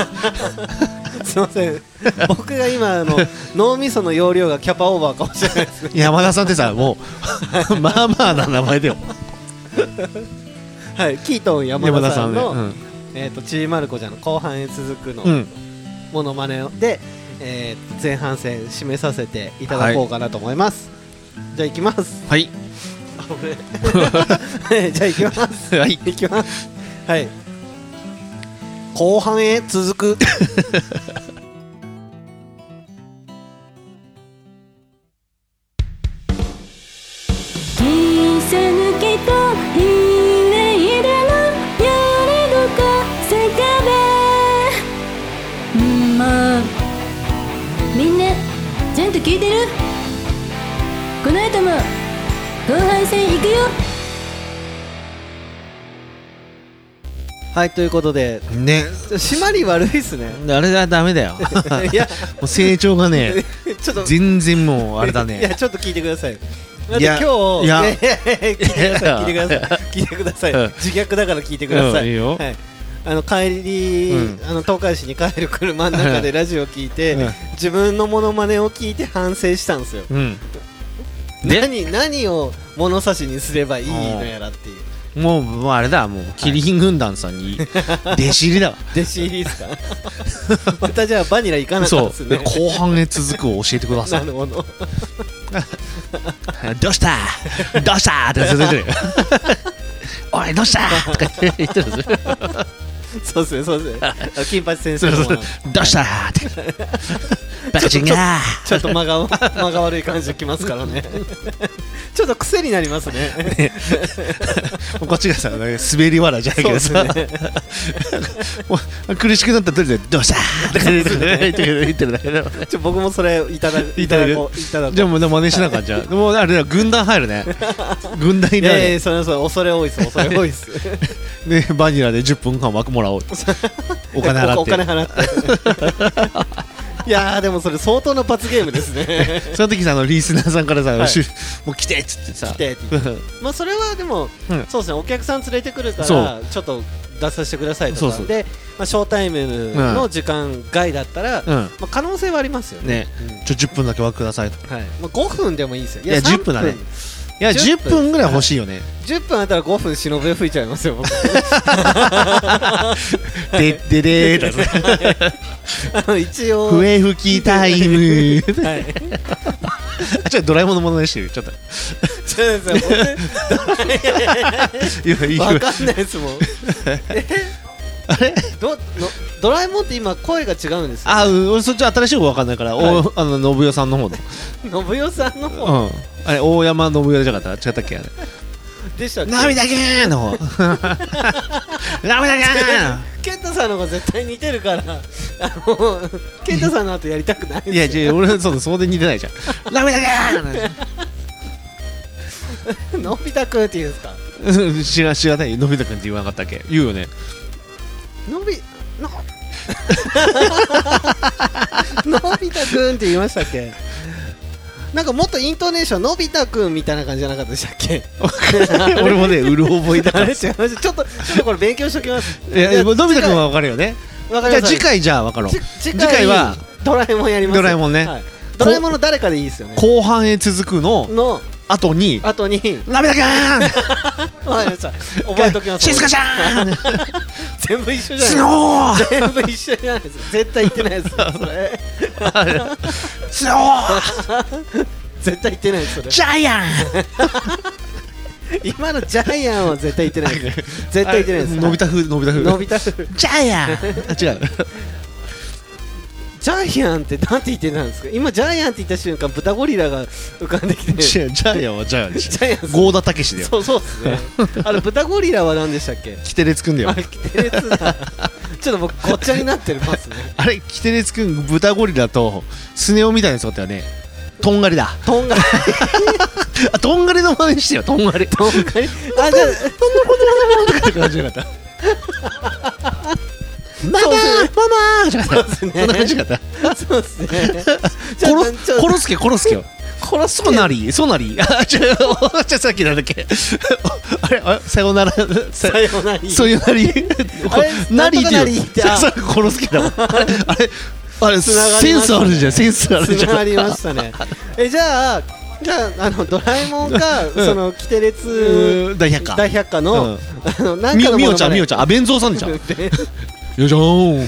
B: すいません僕が今あの脳みその容量がキャパオーバーかもしれないですね
C: う山田さんってさも
B: *laughs*
C: うまあまあな名前だよ
B: はいキートン山
C: 山
B: 田
C: 田
B: さ
C: さ
B: ん
C: んね
B: の
C: うん
B: えっ、とちびまる子ちゃんの後半へ続く
C: う
B: の
C: ん
B: モノマネをで、えー前半戦締めさせていただこうかなと思います、じゃあ行きます
C: はい
B: *laughs* じゃあ行きます
C: はい
B: 行きますはい後半へ
C: *laughs*
B: 続く
E: 「切りさ抜けたひれいだのやれのかせかべ」んーまあみんなちゃんと聞いてるこの後も後半戦行くよ
B: はいということで
C: ね
B: 締まり悪いっすね
C: あれはダメだよ
B: いや
C: もう成長がね
B: ちょっと
C: 全然もうあれだ
B: いや
C: ね
B: ちょっと聞いてください。だって今
C: いや
B: 日
C: いや
B: いやいやいや聞いてください聞いてください聞いてください
C: うん
B: 自虐だから聞いてくださ
C: う
B: い。
C: んいいよ
B: はい。あの帰り、
C: うん
B: あの東海市に帰る車の
C: *laughs*
B: 中でラジオ聞いて、
C: うん
B: 自分のモノマネを聞いて反省したんですよ。
C: うん
B: 何何を物差しにすればいいのやらっていう。
C: もうもうあれだもうキリン軍団さんに弟子入りだわ
B: 弟子入りですか。 *laughs* またじゃあバニラ行かなかった
C: そ
B: っす
C: う
B: ね。
C: 後半へ続くを教えてくださ
B: *laughs* ないるほど。
C: どうしたどうしたって続いてるおいどうしたとか言ってるんですよ
B: そうですねそう
C: *laughs*
B: ですね。あの金八先
C: そ
B: 生
C: う
B: の
C: そう
B: モノマネ
C: どうしたってバカチンが
B: ちょっと間が *laughs* 間 *laughs* が悪い感じきますからね。ちょっと癖になりますね。
C: こっちがさなんか滑り笑いじゃないけどさ、もう苦しくなった時で「どうした?」とか言って言ってるだけだから
B: ちょ僕もそれいただいただこういただこう
C: じゃあもう真似しなあかんじゃんもうあれだ軍団入るね *laughs* 軍団に
B: い
C: なる
B: やいやそれそれ恐れ多いっす恐れ多いっす
C: でバニラで10分間枠もらおう *laughs* お金払って
B: お金払って *laughs* いやーでもそれ相当な罰ゲームです *laughs* ね
C: その時さあのリスナーさんからさ、
B: はい
C: しもう来てっつってさ
B: 来てって言まあそれはでも、
C: うん
B: そうですねお客さん連れてくるか
C: そ
B: らちょっと出させてくださいとか
C: そうそう
B: で、まあ、ショータイムの時間外だったら、
C: うん
B: まあ、可能性はありますよね
C: ね *laughs* ちょ10分だけ枠くださいと
B: はいまあ、5分でもいいですよ
C: いや10分だねいや
B: 10
C: 10
B: 分
C: 分ぐらい欲しい *laughs* よね
B: 10分あったら5分忍び吹いちゃいますよ僕
C: でででーだね
B: あの一応
C: 笛吹きタイ *laughs* ム
B: はい
C: あちょっとドラえもんのものにしてるちょっと
B: そうですよ僕いやいやいや
C: いやいいよ
B: わかんないですもん。
C: *laughs* あれ
B: どのドラえもんって今声が違うんですよ。
C: あうん俺そっち新しい方わかんないから、おあの信代さんの方の
B: 信代さんの
C: う
B: 方
C: んあれ大山信代じゃなかった違ったっけあれ
B: でしたっけ。
C: 涙ぎーん *laughs* の方涙ぎーん
B: 健太さんの方が絶対似てるから、あの健太さんの後やりたくないですよ。
C: いや、違う、俺、そう、そうで似てないじゃん。ダメだけ
B: のび太くんって言うんですか。
C: ー知ら、知らない、のび太くんって言わなかったっけ言う
B: *laughs*
C: よね。
B: のびののび太くんって言いましたっけ。なんかもっとイントネーションのび太くんみたいな感じじゃなかったでしたっけ。
C: 俺もね、うる覚えだか
B: あ
C: ら。
B: れ違いま
C: い
B: した。ちょっとちょっとこれ勉強しておきます。
C: や、でものび太くんはわかるよね。
B: わ
C: じ
B: か
C: ゃ
B: り
C: あ、
B: ました
C: 次回、じゃあ、わかろう
B: ち。次回
C: 次回は
B: ドラえもんやります
C: ドラえもんね
B: はいドラえもんの誰かでいいですよね
C: 後半へ続くの
B: の
C: 後に。
B: 後に
C: ダメだけ
B: *laughs*
C: ー
B: わかりました覚えときま
C: ん。
B: す
C: 静かじゃーん。
B: 全部一緒じ
C: ス
B: ゃない
C: ノー。
B: 全部一緒じゃないです絶対言ってないですそれ
C: スノー。
B: *laughs* 絶対言ってないですそれ
C: ジャイアン。
B: 今のジャイアンは絶対言ってないです絶対言ってないです
C: のび太風、のび太
B: の
C: 風。
B: び太風
C: ジャイアン。あ、違う。
B: ジャイアンってなんて言ってたんですか今ジャイアンって言った瞬間豚ゴリラが浮かんできてジ
C: 違う、ジャイアンはジャイアンでしょ。
B: ャイアンさん
C: ゴーダたけしだよ。
B: そうそうっすねあれ豚ゴリラは何でしたっけ
C: キテレツくんだよ
B: あ。れキテレツだちょっと僕ごっちゃになってますね
C: あれ、キテレツくん、豚ゴリラとスネ夫みたいなやつだったよね。とんがりだ。
B: とんがり
C: あ、とんがりの真似してよ、とんがり。
B: とんがりあじゃあ
C: って感じなかった。ママ
B: そうです
C: ママじゃなかった。
B: そうんです
C: そ
B: ね
C: な感じなかった。
B: そうですね。ちょっと
C: 殺す、殺すけ、殺すけよ。殺すソナリー、ソナリー。あ、 *laughs* ちょ、じゃさっきなんだっけ。 *laughs* あれ、あれさよなら。さ
B: さようなら。
C: そういう
B: *laughs*
C: なり。なり
B: なんとかな
C: で
B: り
C: よ
B: っ。てあ
C: さ殺すけ
B: *laughs*
C: だもん。あれ、あれ、あれ、
B: 繋がりましたね
C: センスあるじゃん、センスあるじ
B: つな
C: ゃ
B: が
C: ん。
B: りましたね。えじゃあじゃああのドラえもんか、
C: ん
B: そのキテレツ
C: 大百科。
B: 大百科の、
C: うん
B: あのなん
C: み
B: かの
C: み
B: も
C: お
B: の
C: ちゃんみおちゃんあ弁蔵さ
B: *laughs*
C: んじゃんよいちゃーんよ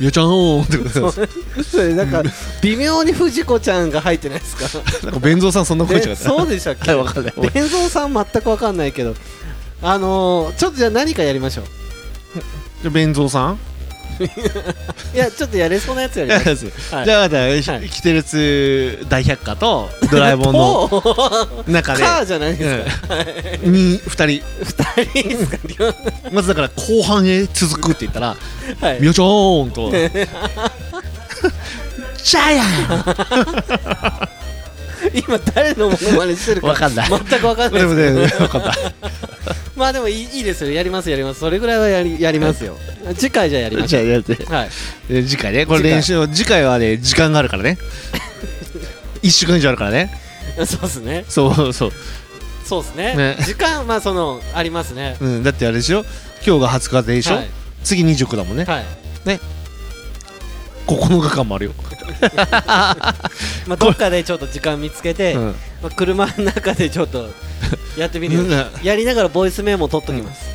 C: いちゃーんってことで
B: それなんか微妙に藤子ちゃんが入ってないですか。
C: すなんか弁蔵さんそんな声じゃ
B: ね
C: なかった
B: そうでしたっけ。
C: はいわかんない
B: 伝蔵さん全くわかんないけど。あのー、ちょっとじゃあ何かやりましょう
C: じゃあ弁蔵さん
B: いやちょっとやれそうなやつやり
C: *laughs* じゃ
B: ま
C: あ
B: しょう
C: また
B: い
C: キテレツ大百科とドラ
B: *laughs*
C: えもんの
B: おー
C: 中で
B: カーじゃないですか
C: に2人
B: 二人ですか両
C: まずだから後半へ続くって言ったら
B: はい
C: みおちゃーん *laughs* とジャイアン
B: 今誰のものまねしてるか
C: わかんない
B: 全くわかんない
C: で
B: ですけど
C: もね分かった
B: まあでもいいいいですよやりますやりますそれぐらいはやりやりますよ次回じゃあやりまし
C: じゃあやって
B: ょうはい
C: え次回ねこれ
B: 次回
C: 練習を次回はね時間があるからね1週間以上あるからね
B: そうっすね
C: そうそう
B: そうっすね
C: ね
B: 時間まあそのありますね
C: うん、だってあれでしょ今日が20日でしょ、
B: はい
C: 次29だもんね、
B: はい
C: 9日間もあるよ、
B: まあどっかでちょっと時間見つけて、
C: うん
B: まあ、車の中でちょっとやってみるよ
C: うん
B: やりながらボイスメモ取っときます、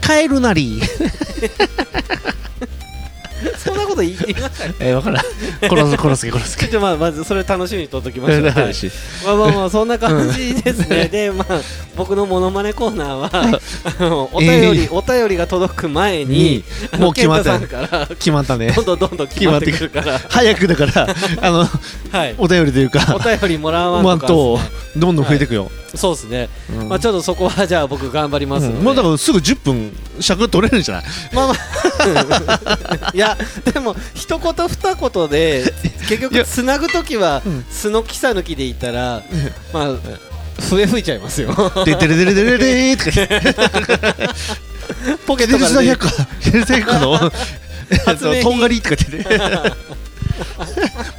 C: 帰るなり
B: そんなこと言いましたっ
C: *laughs* えー、わからん。殺す、殺すけ、殺す
B: け
C: *laughs* け。
B: ちょっとまあまずそれ楽しみにとっときましょう
C: はいし
B: まあまあまあそんな感じですね。でまあ僕のモノマネコーナーはあのお便り、
C: ええ
B: お便りが届く前に
C: に、もう決まった
B: あの。健太さんから
C: 決まったね
B: ど。んどんどんどん決まってくるから。
C: 早くだから、あの、
B: はい。
C: お便りというか
B: お、便りもらわ
C: マ
B: ん
C: ン
B: とか
C: ト
B: は、
C: どんどん増えていくよ。
B: そうですね。
C: うん
B: まあちょっとそこはじゃあ僕頑張りますので。
C: もうだからすぐ10分尺取れるんじゃない
B: まあまあいやでも一言二言で結
C: い
B: 局
C: や
B: つなぐ時は
C: うん
B: 素のきさ抜きでいったらまあ笛吹いちゃい
C: *laughs*
B: ますよ
C: でてれでれでれでーとか言って
B: ポケッ
C: ヘ
B: ト
C: ル
B: か
C: スダ
B: ら
C: イ
B: ね
C: ヤかヘルスダイヤかのえっ
B: 発明
C: と
B: 品
C: とんがりとか言ってね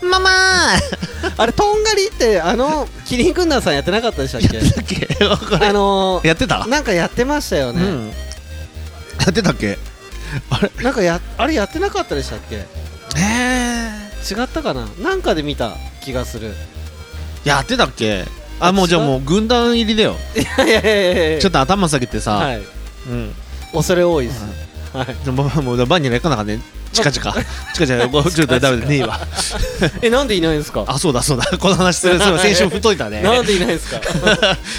C: ママー
B: あれとんがりってあのキリン軍団さんやってなかったでしたっけ
C: だっけわかんない
B: あのー
C: やってた
B: なんかやってましたよ
C: う
B: ね
C: んやってたっけあれ
B: なんかやあれやってなかったでしたっけ
C: え
B: 違ったかななんかで見た気が
C: *laughs*
B: する
C: ーやってたっけあもうじゃあもう軍団入りだよ
B: いやいやいやいや
C: ちょっと頭下げてさ
B: はい
C: うん
B: 恐れ多いですはい
C: でももうバニラ行かなあかんね近々近々もうちょっとダメだねえわ
B: えなんでいないんです *laughs* か
C: あそうだそうだこの話するそうだ先週太いたね
B: なんでいないん
C: *laughs*
B: ですか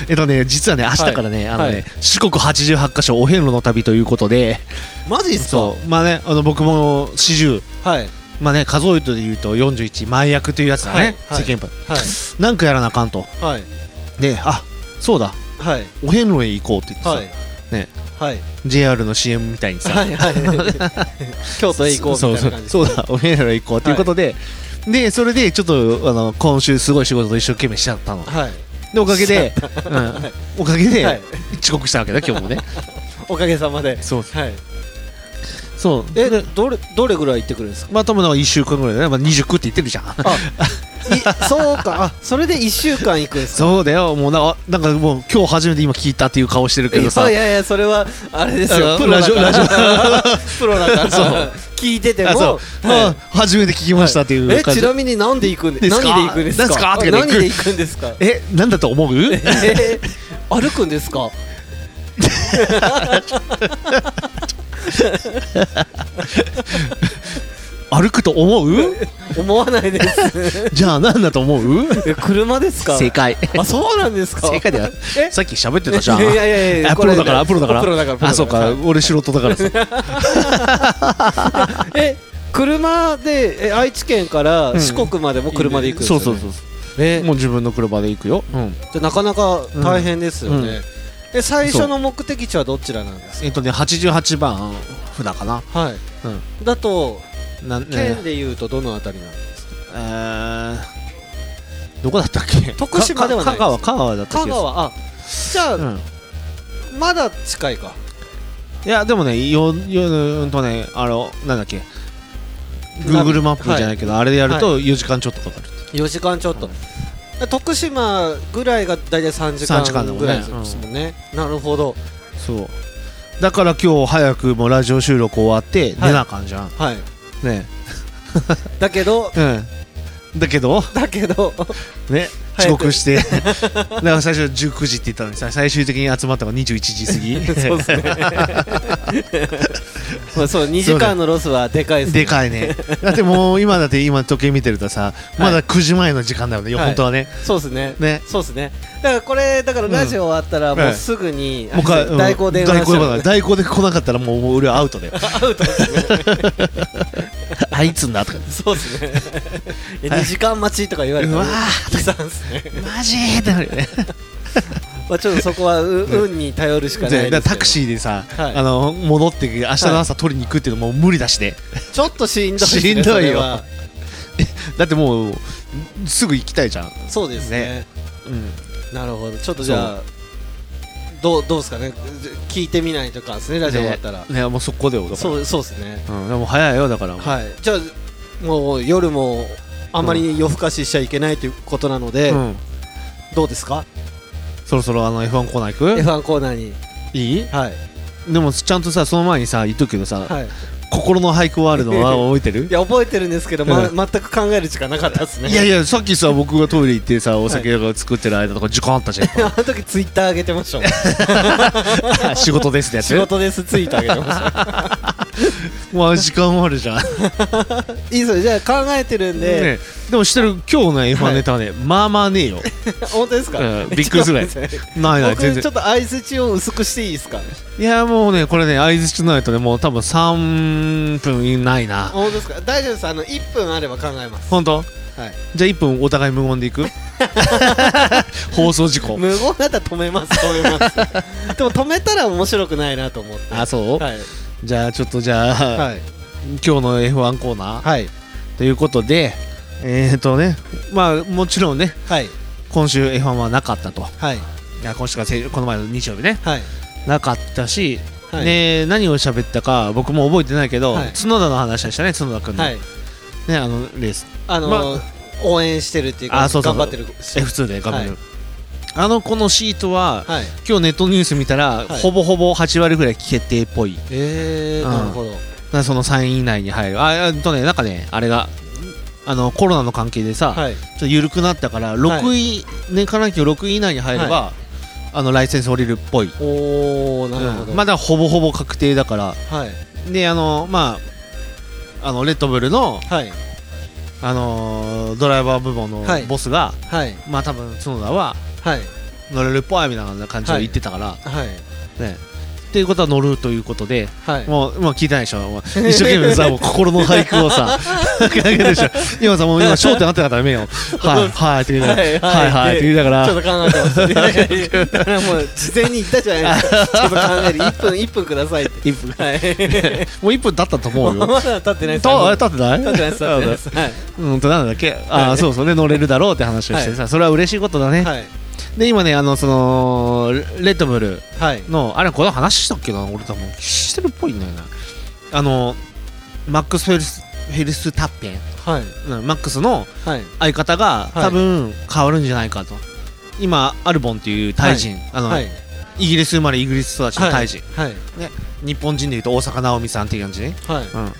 C: えっとね、実はね、明日からね、
B: はい
C: あのね、
B: はい
C: 四国八十八箇所お遍路の旅ということで、
B: マジっすか
C: そう、まあね、あの僕も四十、
B: はい
C: まあね、数えるとで言うと四十一、前役というやつだね、
B: はい
C: 世間版、
B: はい
C: なんかやらなあかんと。
B: はい
C: で、あ、そうだ、
B: はい
C: お遍路へ行こうって言ってさ、
B: はい
C: ね
B: はい
C: JR の CM みたいに
B: *laughs*
C: さ、
B: はいはい
C: *laughs*
B: 京都へ行こうみたいな感じです
C: そうそうそうだ、お遍路へ行こうということで、で、それでちょっとあの今週すごい仕事を一生懸命しちゃったの。
B: はい
C: で、おかげで、うん、おかげで、
B: はい
C: 遅刻したわけだ、今日
B: *laughs*
C: もね。
B: おかげさまで
C: そう
B: はい
C: そう。
B: えどれどれぐらい行ってくるんですか
C: まあ、ともだ1週間ぐらいだね、まあ、29って言って
B: *laughs*
C: るじゃん。
B: いそうかあそれで1週間行くんですか
C: そうだよ、もうなんか、なんかもう今日初めて今聞いたっていう顔してるけどさ
B: い。やいやそれはあれです
C: あ
B: よプロだから
C: ラジオラジ
B: *laughs* プロだから
C: そう
B: 聞いてても
C: あそう、
B: は
C: あ初めて聞きましたってい
B: い、え
C: う感じ。
B: ちなみに何で行くんで
C: ですか
B: 何で行くんですか
C: ですか
B: あ
C: とかで行く
B: 何で行くんですか
C: え、なんだと
B: *laughs*
C: 思う
B: えー歩くんですか
C: 歩くと思
B: *laughs*
C: う
B: 思わないです
C: *laughs* じゃあなんだと思う
B: え車ですか
C: 正解。
B: あそうなんですか
C: 正解だよ
B: え。
C: *laughs* さっき喋ってたじゃん。
B: いやいやいや
C: あプロだから、プロだから。
B: プロだからプロだから
C: あ、そう
B: は
C: か
B: い、
C: 俺素人
B: *laughs*
C: だからさ。
B: え車でえ愛知県から四国までも車で行くんです
C: そ
B: よ、
C: う
B: ね
C: そうそう。
B: え
C: もう自分の車で行くよ。うん。
B: じゃあなかなか大変ですよね、
C: うんうん
B: え最初の目的地はどちらなんです
C: えっとね、88番札かな。
B: かはい、
C: う
B: だと
C: なんね
B: 県でいうとどのあたりなんですか、
C: えーどこだったっけ
B: *laughs* 徳島ではない
C: かか香川香川だったっ
B: 香
C: け
B: 川あじゃあ、
C: うん
B: まだ近いか
C: いやでもねよようんとねあのなんだっけ Google マップじゃないけど、あれでやると4時間ちょっとかかるって、
B: 4時間ちょっと、で徳島ぐらいが大体3時
C: 3時間だ
B: 間
C: もんね
B: ぐらいですもんねなるほど
C: そうだから今日早くもうラジオ収録終わって
B: はい
C: 寝なあかんじゃん、
B: はい
C: ね
B: だけど
C: うんだけど
B: だけど
C: ね遅
B: 早く
C: 刻してだから最初19時って言ったのにさ最終的に集まったのが21時過
B: *laughs*
C: ぎ
B: そうです
C: *laughs*
B: ねまあそう2時間のロスはでかいですね
C: でかいねだってもう今だって今時計見てるとさ、まだ9時前の時間だよね、
B: はい
C: 本当はね
B: そうですね。
C: ね
B: そうですね。だからこれだからラジオ終わったら
C: うん
B: も
C: は
B: う
C: い
B: すぐに、
C: もう一
B: *laughs*
C: 回、
B: 代行電話し
C: 代行
B: よ
C: 電
B: う
C: 話代行で来なかったらもうもう俺はアウ
B: *laughs*
C: トだよ
B: アウトですね。
C: あいつんだとか
B: そうですね。2時間待ちとか言われた
C: う
B: ら
C: わ
B: 悲惨ですね。
C: ーマジーってなるよね
B: まあちょっとそこはう運に頼るしかないですけ
C: だ
B: ど。
C: からタクシーでさ、
B: はい
C: あの戻って明日の朝取りに行くっていうのも無理だしね、
B: ーちょっとしんどいですね。
C: しんどい
B: そ
C: よ
B: れは
C: だってもうすぐ行きたいじゃん、
B: そうですね。
C: うん、
B: なるほど。ちょっとじゃあどうどうですかね。聞いてみないとかですねラジオ終わったら。
C: ねもうそこでよだから
B: そうそうですね。
C: うん、でも早いよだから、
B: はい。じゃあもう夜もあまり夜更かししちゃいけないということなので、
C: うん、
B: どうですか？
C: そろそろあの F1 コーナー行
B: F1 コーナーに
C: くいい
B: はい
C: でもちゃんとさその前にさ言っとくけどさ、
B: はい
C: 心の俳句はあるのは覚えて
B: い
C: る
B: や覚えてるんですけど、
C: う
B: ま、全く考える時間なかったですね
C: いやいやさっきさ僕がトイレ行ってさお酒が作ってる間とか時間あったじゃん
B: あの時ツイッター上げてましたもん
C: *laughs* 仕事ですってやつ
B: 仕事ですツイート上げてました
C: まあ時間あるじゃん、
B: いいですよじゃあ考えてるんで、
C: ね、でもしてる今日の F1 ネタはね、まあまあねえよ、
B: *laughs* 本当ですか、
C: うん、びっくりするぐら
B: *laughs*
C: い
B: ちょっと待ってくださ
C: ないない全
B: 僕ちょ
C: 然
B: っと相づちを薄くしていいですか
C: いやもうねこれね相づちないとねもう多分3分以内な
B: 本当ですか大丈夫ですあの1分あれば考えます
C: 本当
B: はい
C: じゃあ1分お互い無言で *laughs* いく放送事故
B: 無言だったら止めます止めます *laughs* でも止めたら面白くないなと思って
C: あそう、
B: はい
C: じゃあちょっとじゃあ、
B: はい
C: 今日の F1 コーナー、
B: はい
C: ということでえっ、ー、とねまあもちろんね
B: はい
C: 今週 F1 はなかったと
B: はい
C: いや今週が先この前の日曜日ね
B: はい
C: なかったし、
B: はい
C: ね何を喋ったか僕も覚えてないけど、
B: はい
C: 角田の話でしたね角田君の、
B: はい
C: ねあのレース
B: あのー応援してるっていうか
C: あそうそう
B: 頑張ってるし
C: F2 で画面、
B: はい
C: あの子のシートは、
B: はい
C: 今日ネットニュース見た
B: は
C: ら、
B: い
C: ほぼほぼ8割ぐらい決定っぽいだか
B: えー、なるほど
C: らその3位以内に入るあえっとねなんかねあれがあのコロナの関係でさ、
B: はい
C: ちょっと緩くなったから6位、年間ランキング6位以内に入れば、あのライセンス降りるっぽい、
B: おおなるほど、
C: うんまだほぼほぼ確定だから
B: はい
C: であのまああのレッドブルの、
B: はい
C: あのードライバー部門の
B: はい
C: ボスが、
B: はい
C: まあ多分角田は
B: はい
C: 乗れるっぽいみたいな感じで
B: はい
C: 言ってたから、
B: はい
C: ねっていうことは乗るということで
B: はい
C: もうもう聞いてないでしょもう一生懸
B: *laughs*
C: 命さもう心の俳句をさ書き上げてるでしょ今さもう今焦点合ってなかったら目よ
B: *laughs*
C: はいはいって言いながらはいはいって言いながら
B: ちょっと考えてます。いやいやいやだ *laughs* からもう事前に言ったじゃないですか。ちょっと考える。1分一分くださいって。1分。 *laughs* はい。
C: もう1分経ったと思う
B: *laughs* ま
C: よ
B: だ経ってないです。
C: とあれ
B: 経
C: 立ってない
B: ってないです。経ってないです。はい。
C: うんとなんだっけあ
B: は
C: あ
B: い
C: そうそうね乗れるだろうって話をしてさそれは嬉しいことだね
B: はい。
C: で今ねあのそのレッドブル
B: はい。
C: のあれこの話したっけな俺多分してるっぽいんだよなあのマックス・フェルスフェルスタッペン
B: はい。
C: うんマックスの
B: はい。
C: 相方が
B: はい
C: 多分変わるんじゃないかと今アルボンっていうタイ人あの
B: はい。
C: イギリス生まれイギリス育ちのタイ人
B: はい。
C: 日本人でいうと大坂なおみさんっていう感じね
B: はい。 *laughs*
C: うん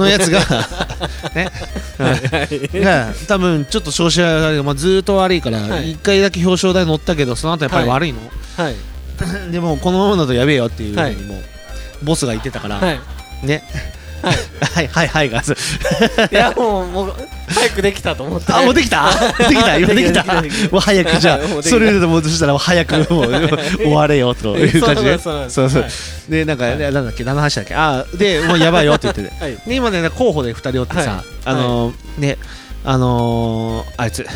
C: のやつがねうんが多分ちょっと調子が悪いまあずーっと悪いから
B: はい
C: 一回だけ表彰台乗ったけどその後やっぱり
B: は
C: 悪いの
B: はい。
C: でもこのままだとやべえよっていうふうにもうボスが言ってたから
B: はい。
C: ねはいはいは
B: *laughs*
C: いがそう
B: いや、もう、もう、早くできたと思って。
C: あもうできた *laughs* できた今できた
B: *laughs* できたできた
C: もう早くじゃ
B: はいもうで
C: あ
B: きた
C: それでもうそしたらもう早くもう終われよという感じで
B: *laughs* そうなんです
C: そう
B: そう
C: そ
B: なん
C: う
B: で
C: でなんかねなんだっけ何の話だっけあでもうやばいよって言ってて
B: *laughs* はい。
C: で今ね候補で2人おって
B: は
C: さ
B: い
C: あのーねあのーあいつ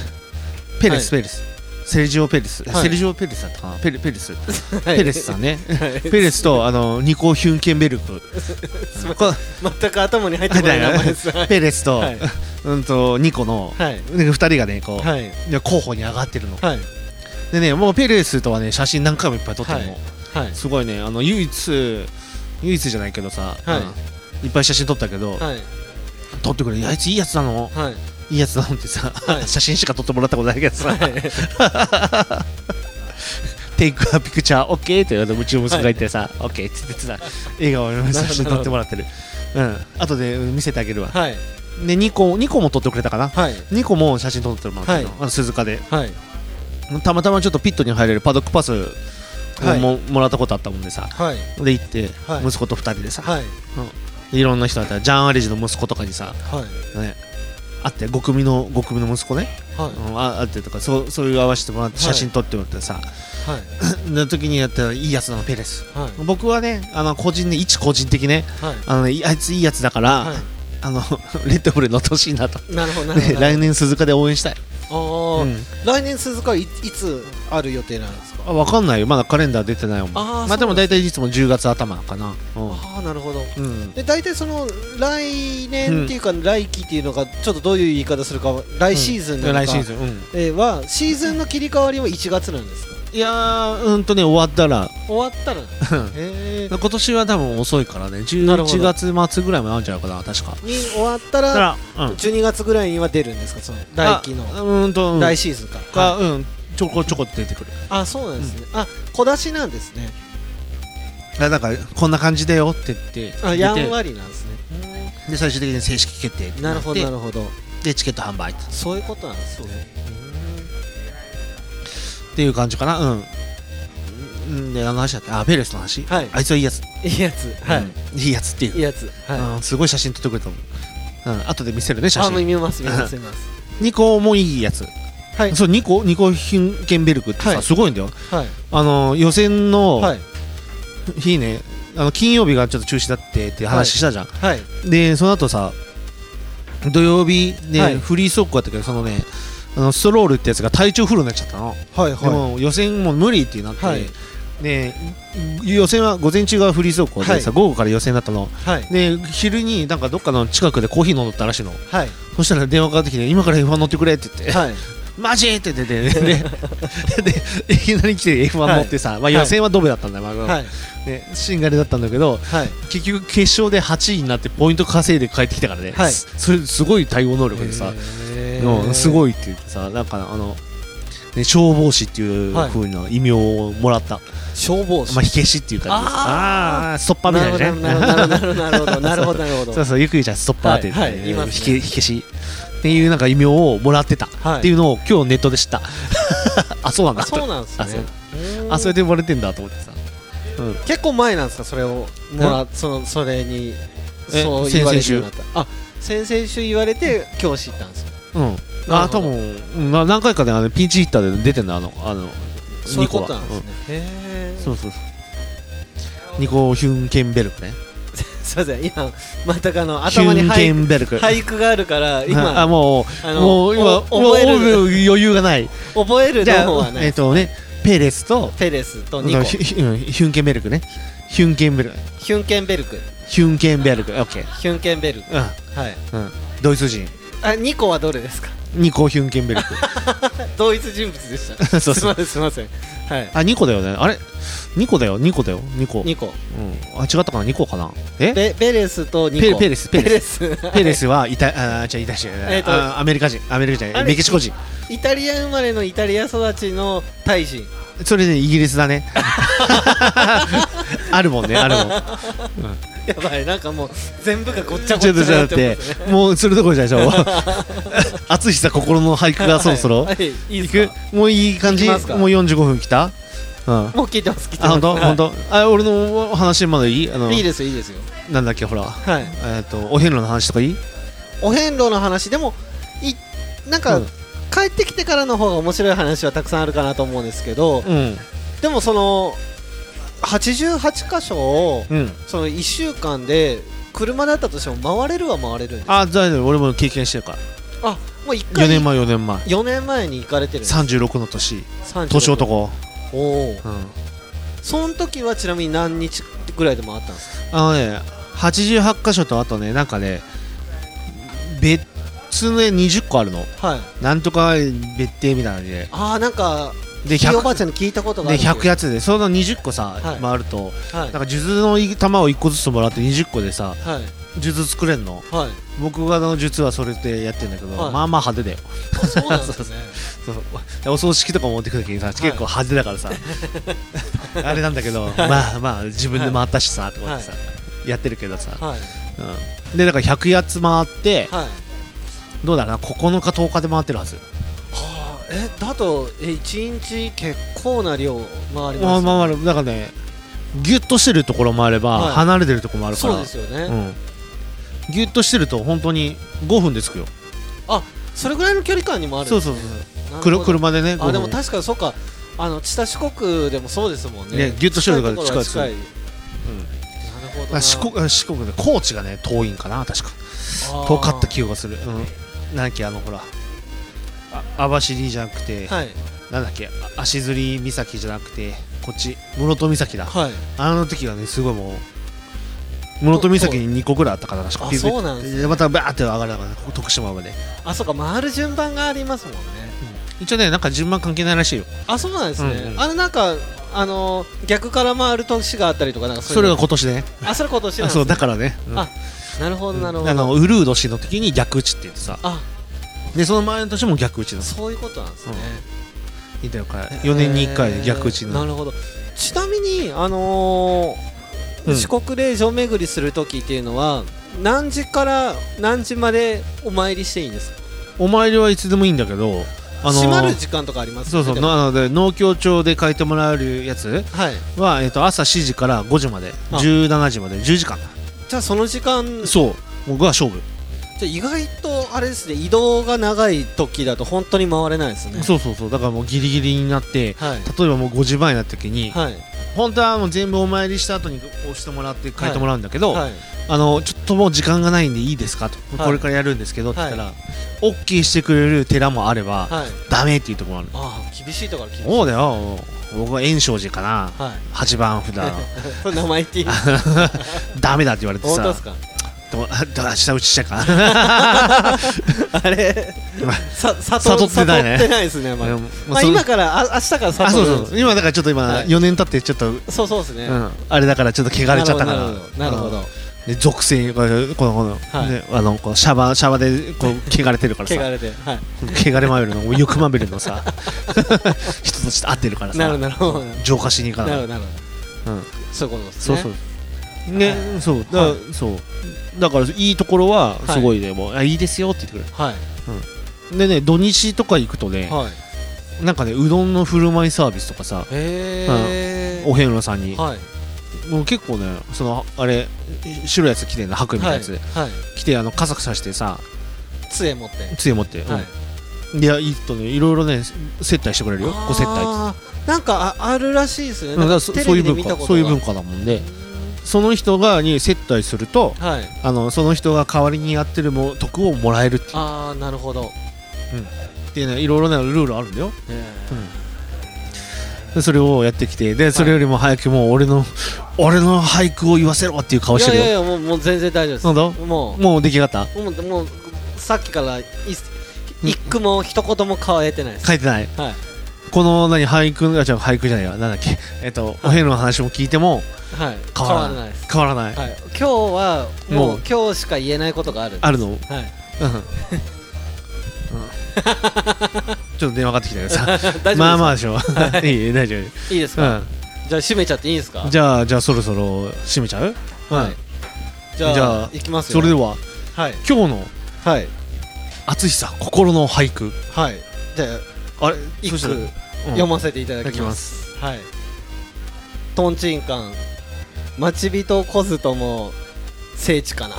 C: ペレスペレスセルジオ・ペレス
B: はい
C: セルジオ・ペレスだったかなペレペレス
B: はい
C: ペレスさ
B: *laughs*
C: んね
B: はい
C: ペレスとあのニコ・ヒュンケンベ
B: *laughs*
C: ルクこ
B: 全く頭に入ってこない名前です。はい。
C: ペレスと
B: はい
C: うんとニコの
B: はい。
C: 2人がねこう
B: はい。
C: いや候補に上がってるの
B: はい。
C: でねもうペレスとはね写真何回もいっぱい撮ってるの、
B: はいはい。
C: すごいねあの唯一唯一じゃないけどさ、
B: はい
C: うんいっぱい写真撮ったけど、
B: はい。
C: 撮ってくれいやあいついいやつなの
B: はい。
C: いいやつなのってさ、
B: はい
C: 写真しか撮ってもらったことないけどさ、
B: はい。
C: テイクアピクチャーオッケーって言われてうちの息子が言ってさ、オッケーって言ってさ笑顔の写真撮ってもらってるうん後でうん見せてあげるわ
B: はい。
C: で2個2個も撮ってくれたかな
B: はい。
C: 2個も写真撮ってもらってるの,、
B: はい
C: あの鈴鹿で
B: はい。
C: たまたまちょっとピットに入れるパドックパスを
B: はい
C: も,、もらったことあったもんでさ、
B: はい。
C: で行って、
B: はい
C: 息子と二人でさ、
B: はい。
C: い、ろんな人だったらジャン・アレジの息子とかにさ、
B: はい。
C: ね、会って5組の5組の息子ね、
B: はい。
C: うんあ会ってとかそうそういう合わせてもらって
B: はい
C: 写真撮ってもらってさ、
B: は
C: *laughs*
B: い。
C: の時にやったらいいやつなのペレス
B: はい。
C: 僕はねあの個人で一個人的ね
B: はい。
C: あのねいあいついいやつだから、
B: はい。
C: あの *laughs* レッドブル乗ってほしいなと、
B: なるほど、なるほ
C: ね、
B: ど。
C: 来年鈴鹿で応援したい、
B: ああ、
C: うん
B: 来年鈴鹿いいつある予定なんですか
C: あ分かんないよまだカレンダー出てないもん
B: あー
C: ま
B: そ
C: あ
B: う
C: でも大体いつも10月頭かな
B: ああなるほど
C: うん、うん、
B: で大体その来年っていうか来期っていうのがちょっとどういう言い方するかは来シーズンなのか、
C: 来シーズン、うん、
B: えーはシーズンの切り替わりは1月なんですか
C: いやーうんとね終わったら
B: 終わったら
C: *laughs*
B: えー
C: 今年は多分遅いから
B: な
C: ね
B: るほ
C: 11
B: ど
C: 月末ぐらいまであるんじゃないかな確か
B: に終わった
C: だ
B: ら
C: から、うん、
B: 12月ぐらいには出るんですかその来期の
C: あうーんと、うん、
B: 来シーズンか、
C: が、うんちょこちょこって出てくる
B: あそうなんですね、あ小出しなんですね
C: だからこんな感じだよって言って
B: あ
C: 言
B: や
C: っ
B: ん
C: て
B: わりなんですね
C: で最終的に正式決定
B: なるほどな
C: ど
B: るほど
C: でチケット販売っ
B: そういうことなんですね
C: ていう感じかなうんうんで何の話だっけあベレスの話、
B: はい
C: あいつはいいやつ、
B: いいやつはい、
C: うんいいやつっていう
B: いいやつはい、
C: うんすごい写真撮ってくれたもん、うん、後で見せるね写
B: あもう
C: 真
B: 見ます見ます見ます
C: ニコもいいやつ
B: はい
C: そうニコニコヒンケンベルクってさ、
B: はい
C: すごいんだよ
B: はい
C: あの予選の
B: はい
C: 日ね、あの金曜日がちょっと中止だってって話したじゃん、
B: はい
C: でその後さ土曜日ね、
B: はい
C: フリー走行だったけどそのねあのストロールってやつが体調不良になっちゃったの、
B: はい
C: でも予選も無理ってなって、
B: はい
C: で予選は午前中がフリー走行でさ、
B: は
C: 午後から予選だったの
B: はい
C: で昼になんかどっかの近くでコーヒー飲んだったらしいの
B: はい
C: そしたら電話かかってきて「今から F1 乗ってくれ」って言って
B: はい
C: 「マジ?」って言ってて
B: *laughs*
C: ででいきなり来て F1 乗ってさ、まあ、
B: い
C: 予選はドベだったんだよ、まあ
B: はい
C: ね、シンガルだったんだけど
B: はい
C: 結局決勝で8位になってポイント稼いで帰ってきたからね、
B: はい
C: すそれすごい対応能力でさ、
B: へー
C: うん、すごいって言ってさなんかあの、ね、消防士っていう
B: はい
C: 風な異名をもらった、
B: 消防士
C: まあ火消しっていう感じですああーストッパーみたいなね
B: なるほどなるほどなるほどなるほどなるほど
C: *laughs* そうそうゆくゆちゃんストッパーって言って、
B: はいはい言いますね
C: 火消火消しっていうなんか異名をもらってたっ
B: はい
C: ていうのを今日ネットで知った *laughs* あそうなんだ
B: あ
C: と
B: そうなんです
C: あそう
B: ねうん
C: あそれで生まれてんだと思ってさ
B: 結構前なんですかそれをもらそのそれに
C: え
B: そう言われるようになったあ先々週言われて今日知ったんですよ
C: うん
B: なる
C: あ
B: ほど
C: 多分うんな何回かねあのピンチヒッターで出てんのあのあの
B: そういう
C: ニコ
B: こ
C: は
B: となんですねへー
C: そうそうそうニコ・ヒュンケンベルクね
B: すいません今全くあの頭に
C: ヒュンケ
B: 俳句
C: ンベルク
B: 俳句があるから今
C: あもう
B: あの
C: もう今
B: お覚える
C: もう覚える余裕
B: *laughs*
C: がない
B: 覚える
C: じゃ
B: の
C: あ
B: は
C: え
B: ね
C: っとねペレスと
B: ペレスと
C: ヒ
B: ニ
C: *laughs*
B: コ
C: ュヒュンヒュンケンベルクねヒュンケンベルク
B: ヒュンケンベルク
C: ヒュンケンベルクオッケー
B: ヒュンケンベルクはい
C: うんうんドイツ人
B: あニコはどれですか *laughs*
C: ニコ・ヒュンケンベルク
B: 同一人物でした
C: *laughs* そうそ
B: すいま
C: う
B: せんすいませんはい
C: あニコだよねあれニコだよニコだよニコうん
B: ニコ
C: あ違ったかなニコかなえ
B: ベベレスとニ
C: ペ
B: コ
C: ペレス
B: ペ
C: ペ
B: レ
C: レ
B: ス *laughs*
C: ペレスはイタあーじゃあイタリアじゃない
B: えーと
C: あーアメリカ人アメリカ人じゃ
B: あ
C: ない
B: れ
C: メキシコ人
B: イタリア生まれのイタリア育ちのタイ人
C: それでイギリスだ *laughs* ねあるもんねあるもん
B: やばいなんかもう全部がごっちゃご
C: ちょ
B: ち
C: っと
B: ゃに
C: じゃ
B: な
C: な
B: っ
C: く
B: て
C: て
B: ますね
C: もうそれどころじゃないで *laughs* しょ熱いさ心の俳句がそろそろ
B: はいはいいいで
C: い
B: す
C: く
B: か
C: もういい感じ
B: いき
C: も
B: ま
C: う
B: すか
C: 45分きたうん
B: もう聞いてます聞いて
C: あ
B: ます
C: 本当
B: はい
C: 本当あ俺の話まだいいあの
B: いいですよいいですよ
C: なんだっけほら
B: はい
C: えっとお遍路の話とかいい
B: お遍路の話でもいなんか、
C: うん
B: 帰ってきてからの方が面白い話はたくさんあるかなと思うんですけど、
C: うん
B: でもその88箇所を
C: うん
B: その1週間で車だったとしても回れるは回れるんです
C: あ大丈夫俺も経験してるから
B: あもう1回
C: 4年前4年前
B: 4年前に行かれてるんです
C: 36の年
B: 36
C: 年男
B: おお
C: うん
B: その時はちなみに何日ぐらいで回ったんですか
C: あのね88箇所とあとねなんかね別のね20個あるの
B: はい
C: なんとか別邸みたいな感じで
B: ああなんか
C: で
B: ひいおばあ
C: 100
B: ちゃんに聞いたことがあ
C: で
B: るん
C: 100やつでその20個さ、
B: はい
C: 回ると
B: はい
C: なんか数珠の玉を1個ずつもらって20個でさ
B: はい
C: 数珠作れんの
B: はい
C: 僕があの術はそれでやってんだけど、
B: はい
C: まあまあ派手だよ
B: あそうなんですね
C: *laughs* そうお葬式とか持ってくる時にさ、結構派手
B: *laughs*
C: だからさあれなんだけど、まあまあ自分で回ったしさ、と思ってさ、やってるけどさ、
B: はい
C: うんでだから100やつ回って、
B: はい
C: どうだろうな9日10日で回ってるはず
B: はあえだとえ1日結構な量回り
C: ま
B: ま
C: あ
B: す
C: まあまあだからねギュッとしてるところもあれば、
B: はい
C: 離れてるところもあるから
B: そうですよね、
C: うんギュッとしてると本当に5分で着くよ
B: それぐらいの距離感にもある
C: そうそうそうくる
B: 車
C: 車でね5分
B: あでも確かにそうかあの知多四国でもそうですもんね
C: ねギュッとしてるから
B: 近いところは近
C: 近い
B: いなるほど
C: あ
B: な
C: 四国あ四国で高知がね遠いんかな確か
B: あー
C: 遠かった気がするうんなんだっけあのほらあ網走じゃなくて、
B: はい
C: なんだっけあ足摺岬じゃなくてこっち室戸岬だ
B: はい
C: あの時はねすごいもう室戸岬に2個ぐらいあったから確か
B: あ
C: ピュピュ
B: そうなんですね
C: でまたバーって上がるから徳島まで
B: あそうか回る順番がありますもんね
C: 一応ねなんか順番関係ないらしいよ
B: あそうなんですね、
C: うんうん
B: あのなんかあの逆から回る年があったりとかなんか
C: そ
B: そうい
C: れ
B: う
C: が
B: の
C: 今年でね
B: あそれ今年なん
C: あ
B: ですね
C: そうだからね、うん
B: あなるほどなるほど、
C: あのウルード氏の時に逆打ちって言ってさ
B: あ
C: でその前の年も逆打ちなんです
B: そういうことなんですね、
C: いたよから4年に1回で逆打ち
B: えー
C: の、
B: なるほどちなみにあのー
C: うん
B: 四国霊場巡りする時っていうのは何時から何時までお参りしていいんですか
C: お参りはいつでもいいんだけどあのー
B: 閉まる時間とかあります
C: そうそう
B: でも
C: なので農協庁で書いてもらえるやつ
B: はい
C: は、えっと朝7時から5時まで
B: あ
C: 17時まで10時間
B: じゃあその時間じゃ
C: そう僕は勝負
B: あ意外とあれですね移動が長い時だと本当に回れないですね
C: そうそうそうだからもうギリギリになって
B: はい
C: 例えばもう5時前になった時に
B: はい
C: 本当はもう全部お参りした後に押してもらって書いてもらうんだけど、
B: はい
C: あのちょっともう時間がないんでいいですかと、
B: はい
C: これからやるんですけどって言ったら、
B: は
C: OK してくれる寺もあれば、
B: はい
C: ダメっていうところもある
B: ああ厳しいところ厳しい
C: そうだよ僕は炎症寺かな
B: はい
C: 8
B: *laughs*
C: 番札
B: これ名前言
C: *laughs*
B: っていい
C: ダメだって言われて
B: 本
C: さ
B: 当ですか
C: どあどあ下打ちしちゃ
B: *laughs*
C: うか
B: あれ
C: ま
B: さ
C: 悟
B: 悟
C: ってないね
B: 悟ってないですねまだ
C: うんもう
B: まあ
C: そ
B: 今からあ明日から
C: あ
B: 悟
C: そう
B: る
C: そうそう今だからちょっと今、
B: はい
C: 4年経ってちょっと、うん、
B: そうそうですね
C: あれだからちょっと汚れちゃったから
B: なるほどなるほど
C: で属性これこのこの、
B: はい
C: ねあのこのシャバシャバでこう汚れてるからさ
B: *laughs* 汚れてはい
C: 汚れまみれのもう欲まみれ
B: *laughs*
C: のさ人たちと合ってるから
B: なるほど
C: さ
B: なるほど
C: 浄化しに行か
B: な
C: な
B: る
C: い
B: ほどなるほど
C: うん
B: そういうことです
C: そう
B: ね
C: そうねそうだ,、
B: は
C: そうだからいいところは
B: はい
C: すごいね、もうあいいですよって言ってくれ
B: はい
C: るでね土日とか行くとね
B: はい
C: なんかねうどんの振る舞いサービスとかさ
B: へ
C: お遍路さんに
B: ーはい
C: もう結構ねそのあれ白いやつ着てんの白衣みたい
B: は
C: ないやつ、
B: はい
C: 着てあの傘さしてさ
B: 杖持って
C: 杖持って、うん
B: はい
C: いやいいとねいろいろね接待してくれるよご接待って
B: あーなんかああるらしいですね
C: うんだ
B: なん
C: から
B: か
C: そ
B: テ
C: そうい
B: レ
C: う
B: ビで
C: 文
B: 見た
C: 化
B: ことが
C: そういう文化だもんでその人がに接待すると
B: はい
C: あのその人が代わりにやってるも得をもらえるっていう
B: ああなるほど
C: っていうねいろいろなルールあるんだよ
B: へー
C: でそれをやってきてでそれよりも早くもう俺の俺の俳句を言わせろっていう顔
B: い
C: して
B: や
C: る
B: い
C: よ
B: やいやもうもう全然大丈夫です
C: なんだ
B: もう
C: もう出来上がった
B: もうもうさっきからい一句も一言も変えてないです
C: 書いてない
B: はい
C: この何俳句あ違う俳句じゃないわなんだっけえっとお遍路の話も聞いても
B: はい変
C: 変わら
B: わ
C: ない
B: らないです
C: 変わらない
B: はい今日はも
C: も
B: う
C: う
B: 今日しか言えないことがある
C: あるのうん
B: はい *laughs*
C: ちょっと電話かかってきたけ *laughs* どさ
B: 大丈夫です
C: まあまあでしょいい大丈夫
B: いいです
C: う
B: か
C: ん
B: じゃあ閉めちゃっていいですか
C: じゃあじゃあそろそろ閉めちゃう
B: は
C: うん
B: いじゃあ
C: じゃあ
B: 行きますよ
C: それでは
B: はい
C: 今日の
B: はい
C: 淳さん心の俳句
B: はいじゃあ
C: あれ
B: 一
C: そ
B: 句
C: したら
B: 読ませていただきます,、はいとんちんかん待ち人こずとも聖地かな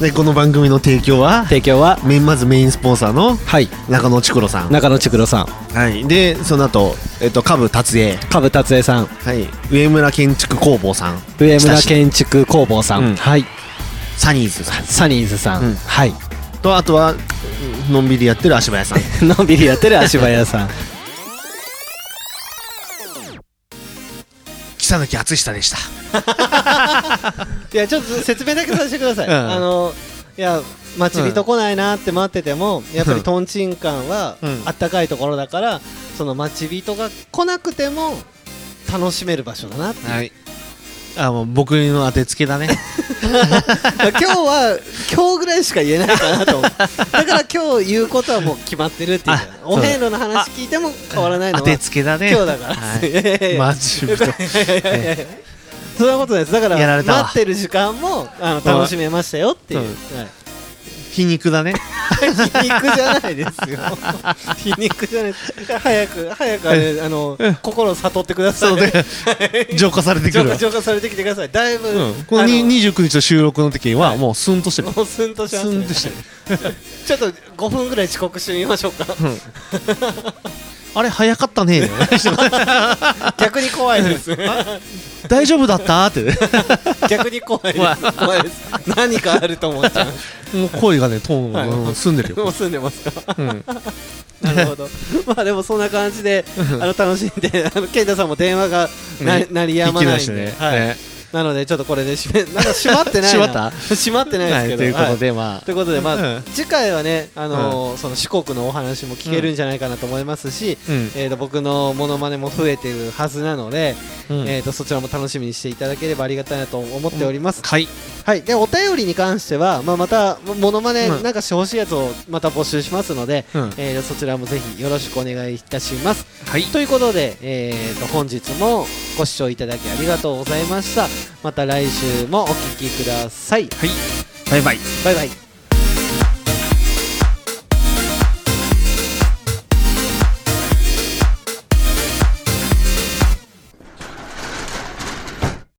C: でこの番組の提供は
B: 提供は
C: メインまずメインスポンサーの
B: はい
C: 中野ちくろさん、
B: 中野ちくろさん
C: はい、でその後、えっと下部達也、
B: 株達也さん
C: はい、上村建築工房さん
B: 上村建築工房さん、
C: うん
B: はい
C: サニーズさ
B: サニーズさん、
C: うん
B: はい
C: んとあとはのんびりやってる足早さん
B: のんびりやってる足早さん
C: *laughs* 北貫淳久でした
B: いやちょっと説明だけさせてください、
C: うん
B: あのいや待ち人来ないなって待ってても、やっぱりとんちんかんは
C: うん
B: あったかいところだからその待ち人が来なくても楽しめる場所だなっていう
C: はいあもう僕の当てつけだね
B: *laughs* 今日は今日ぐらいしか言えないかなと思う *laughs* だから今日言うことはもう決まってるっていう
C: あそう
B: お遍路の話聞いても変わらないの
C: 当
B: は *laughs*
C: てつけだね
B: 今日だから、
C: はい
B: いやいやいや
C: マジ
B: *laughs*
C: で
B: そんなことないですだから
C: やられたわ
B: 待ってる時間もあの楽しめましたよっていう、
C: うん
B: はい
C: 皮肉だね
B: *laughs* 皮肉じゃないですよ皮肉じゃないです早く早くあれあ
C: *laughs*
B: の心を悟ってください
C: そうね浄化されてく
B: 浄
C: るわ
B: 化浄化されてきてくださいだいぶ、
C: うん、このに
B: あの
C: 29日の収録の時はもうスンとしてる
B: もうスンとします
C: ス
B: ね
C: ンとしてる
B: ちょっと5分ぐらい遅刻してみましょうか
C: *laughs* あれ早かったね
B: *laughs*
C: だよね
B: 逆に怖いです
C: 大丈夫だったって
B: 逆に怖いで
C: 怖い
B: す怖いです何かあると思っちゃ
C: *laughs*
B: う
C: もう声がねトーン
B: はい
C: がうん澄んでる
B: も
C: よ
B: う、住んでますか
C: うん、
B: なるほどまあでもそんな感じであの楽しんであの健太さんも電話がな
C: ね
B: 鳴りやま
C: き
B: な
C: 出
B: い
C: し
B: ん
C: て
B: で
C: ね、
B: はい
C: ね
B: なのでちょっとこれで閉めなんか閉まってない
C: *laughs* 閉
B: な
C: まった
B: *laughs* 閉まってな
C: はい
B: です
C: いと
B: け
C: いう
B: ど
C: こ
B: は
C: と
B: い
C: でま
B: ということでま
C: うん
B: あ次回はねあのーその四国のお話も聞けるんじゃないかなと思いますし
C: あうん
B: えーと僕のモノマネも増えてるはずなので
C: うん
B: えーとそちらも楽しみにしていただければありがたいなと思っております
C: はい
B: はい、でお便りに関しては、まあ、またもモノマネ
C: うん
B: なんかしてほしいやつをまた募集しますので、
C: うん
B: えーそちらもぜひよろしくお願いいたします。
C: はい
B: ということで、えー、と本日もご視聴いただきありがとうございましたまた来週もお聴きください。
C: はい
D: バイバイ
B: バイバイ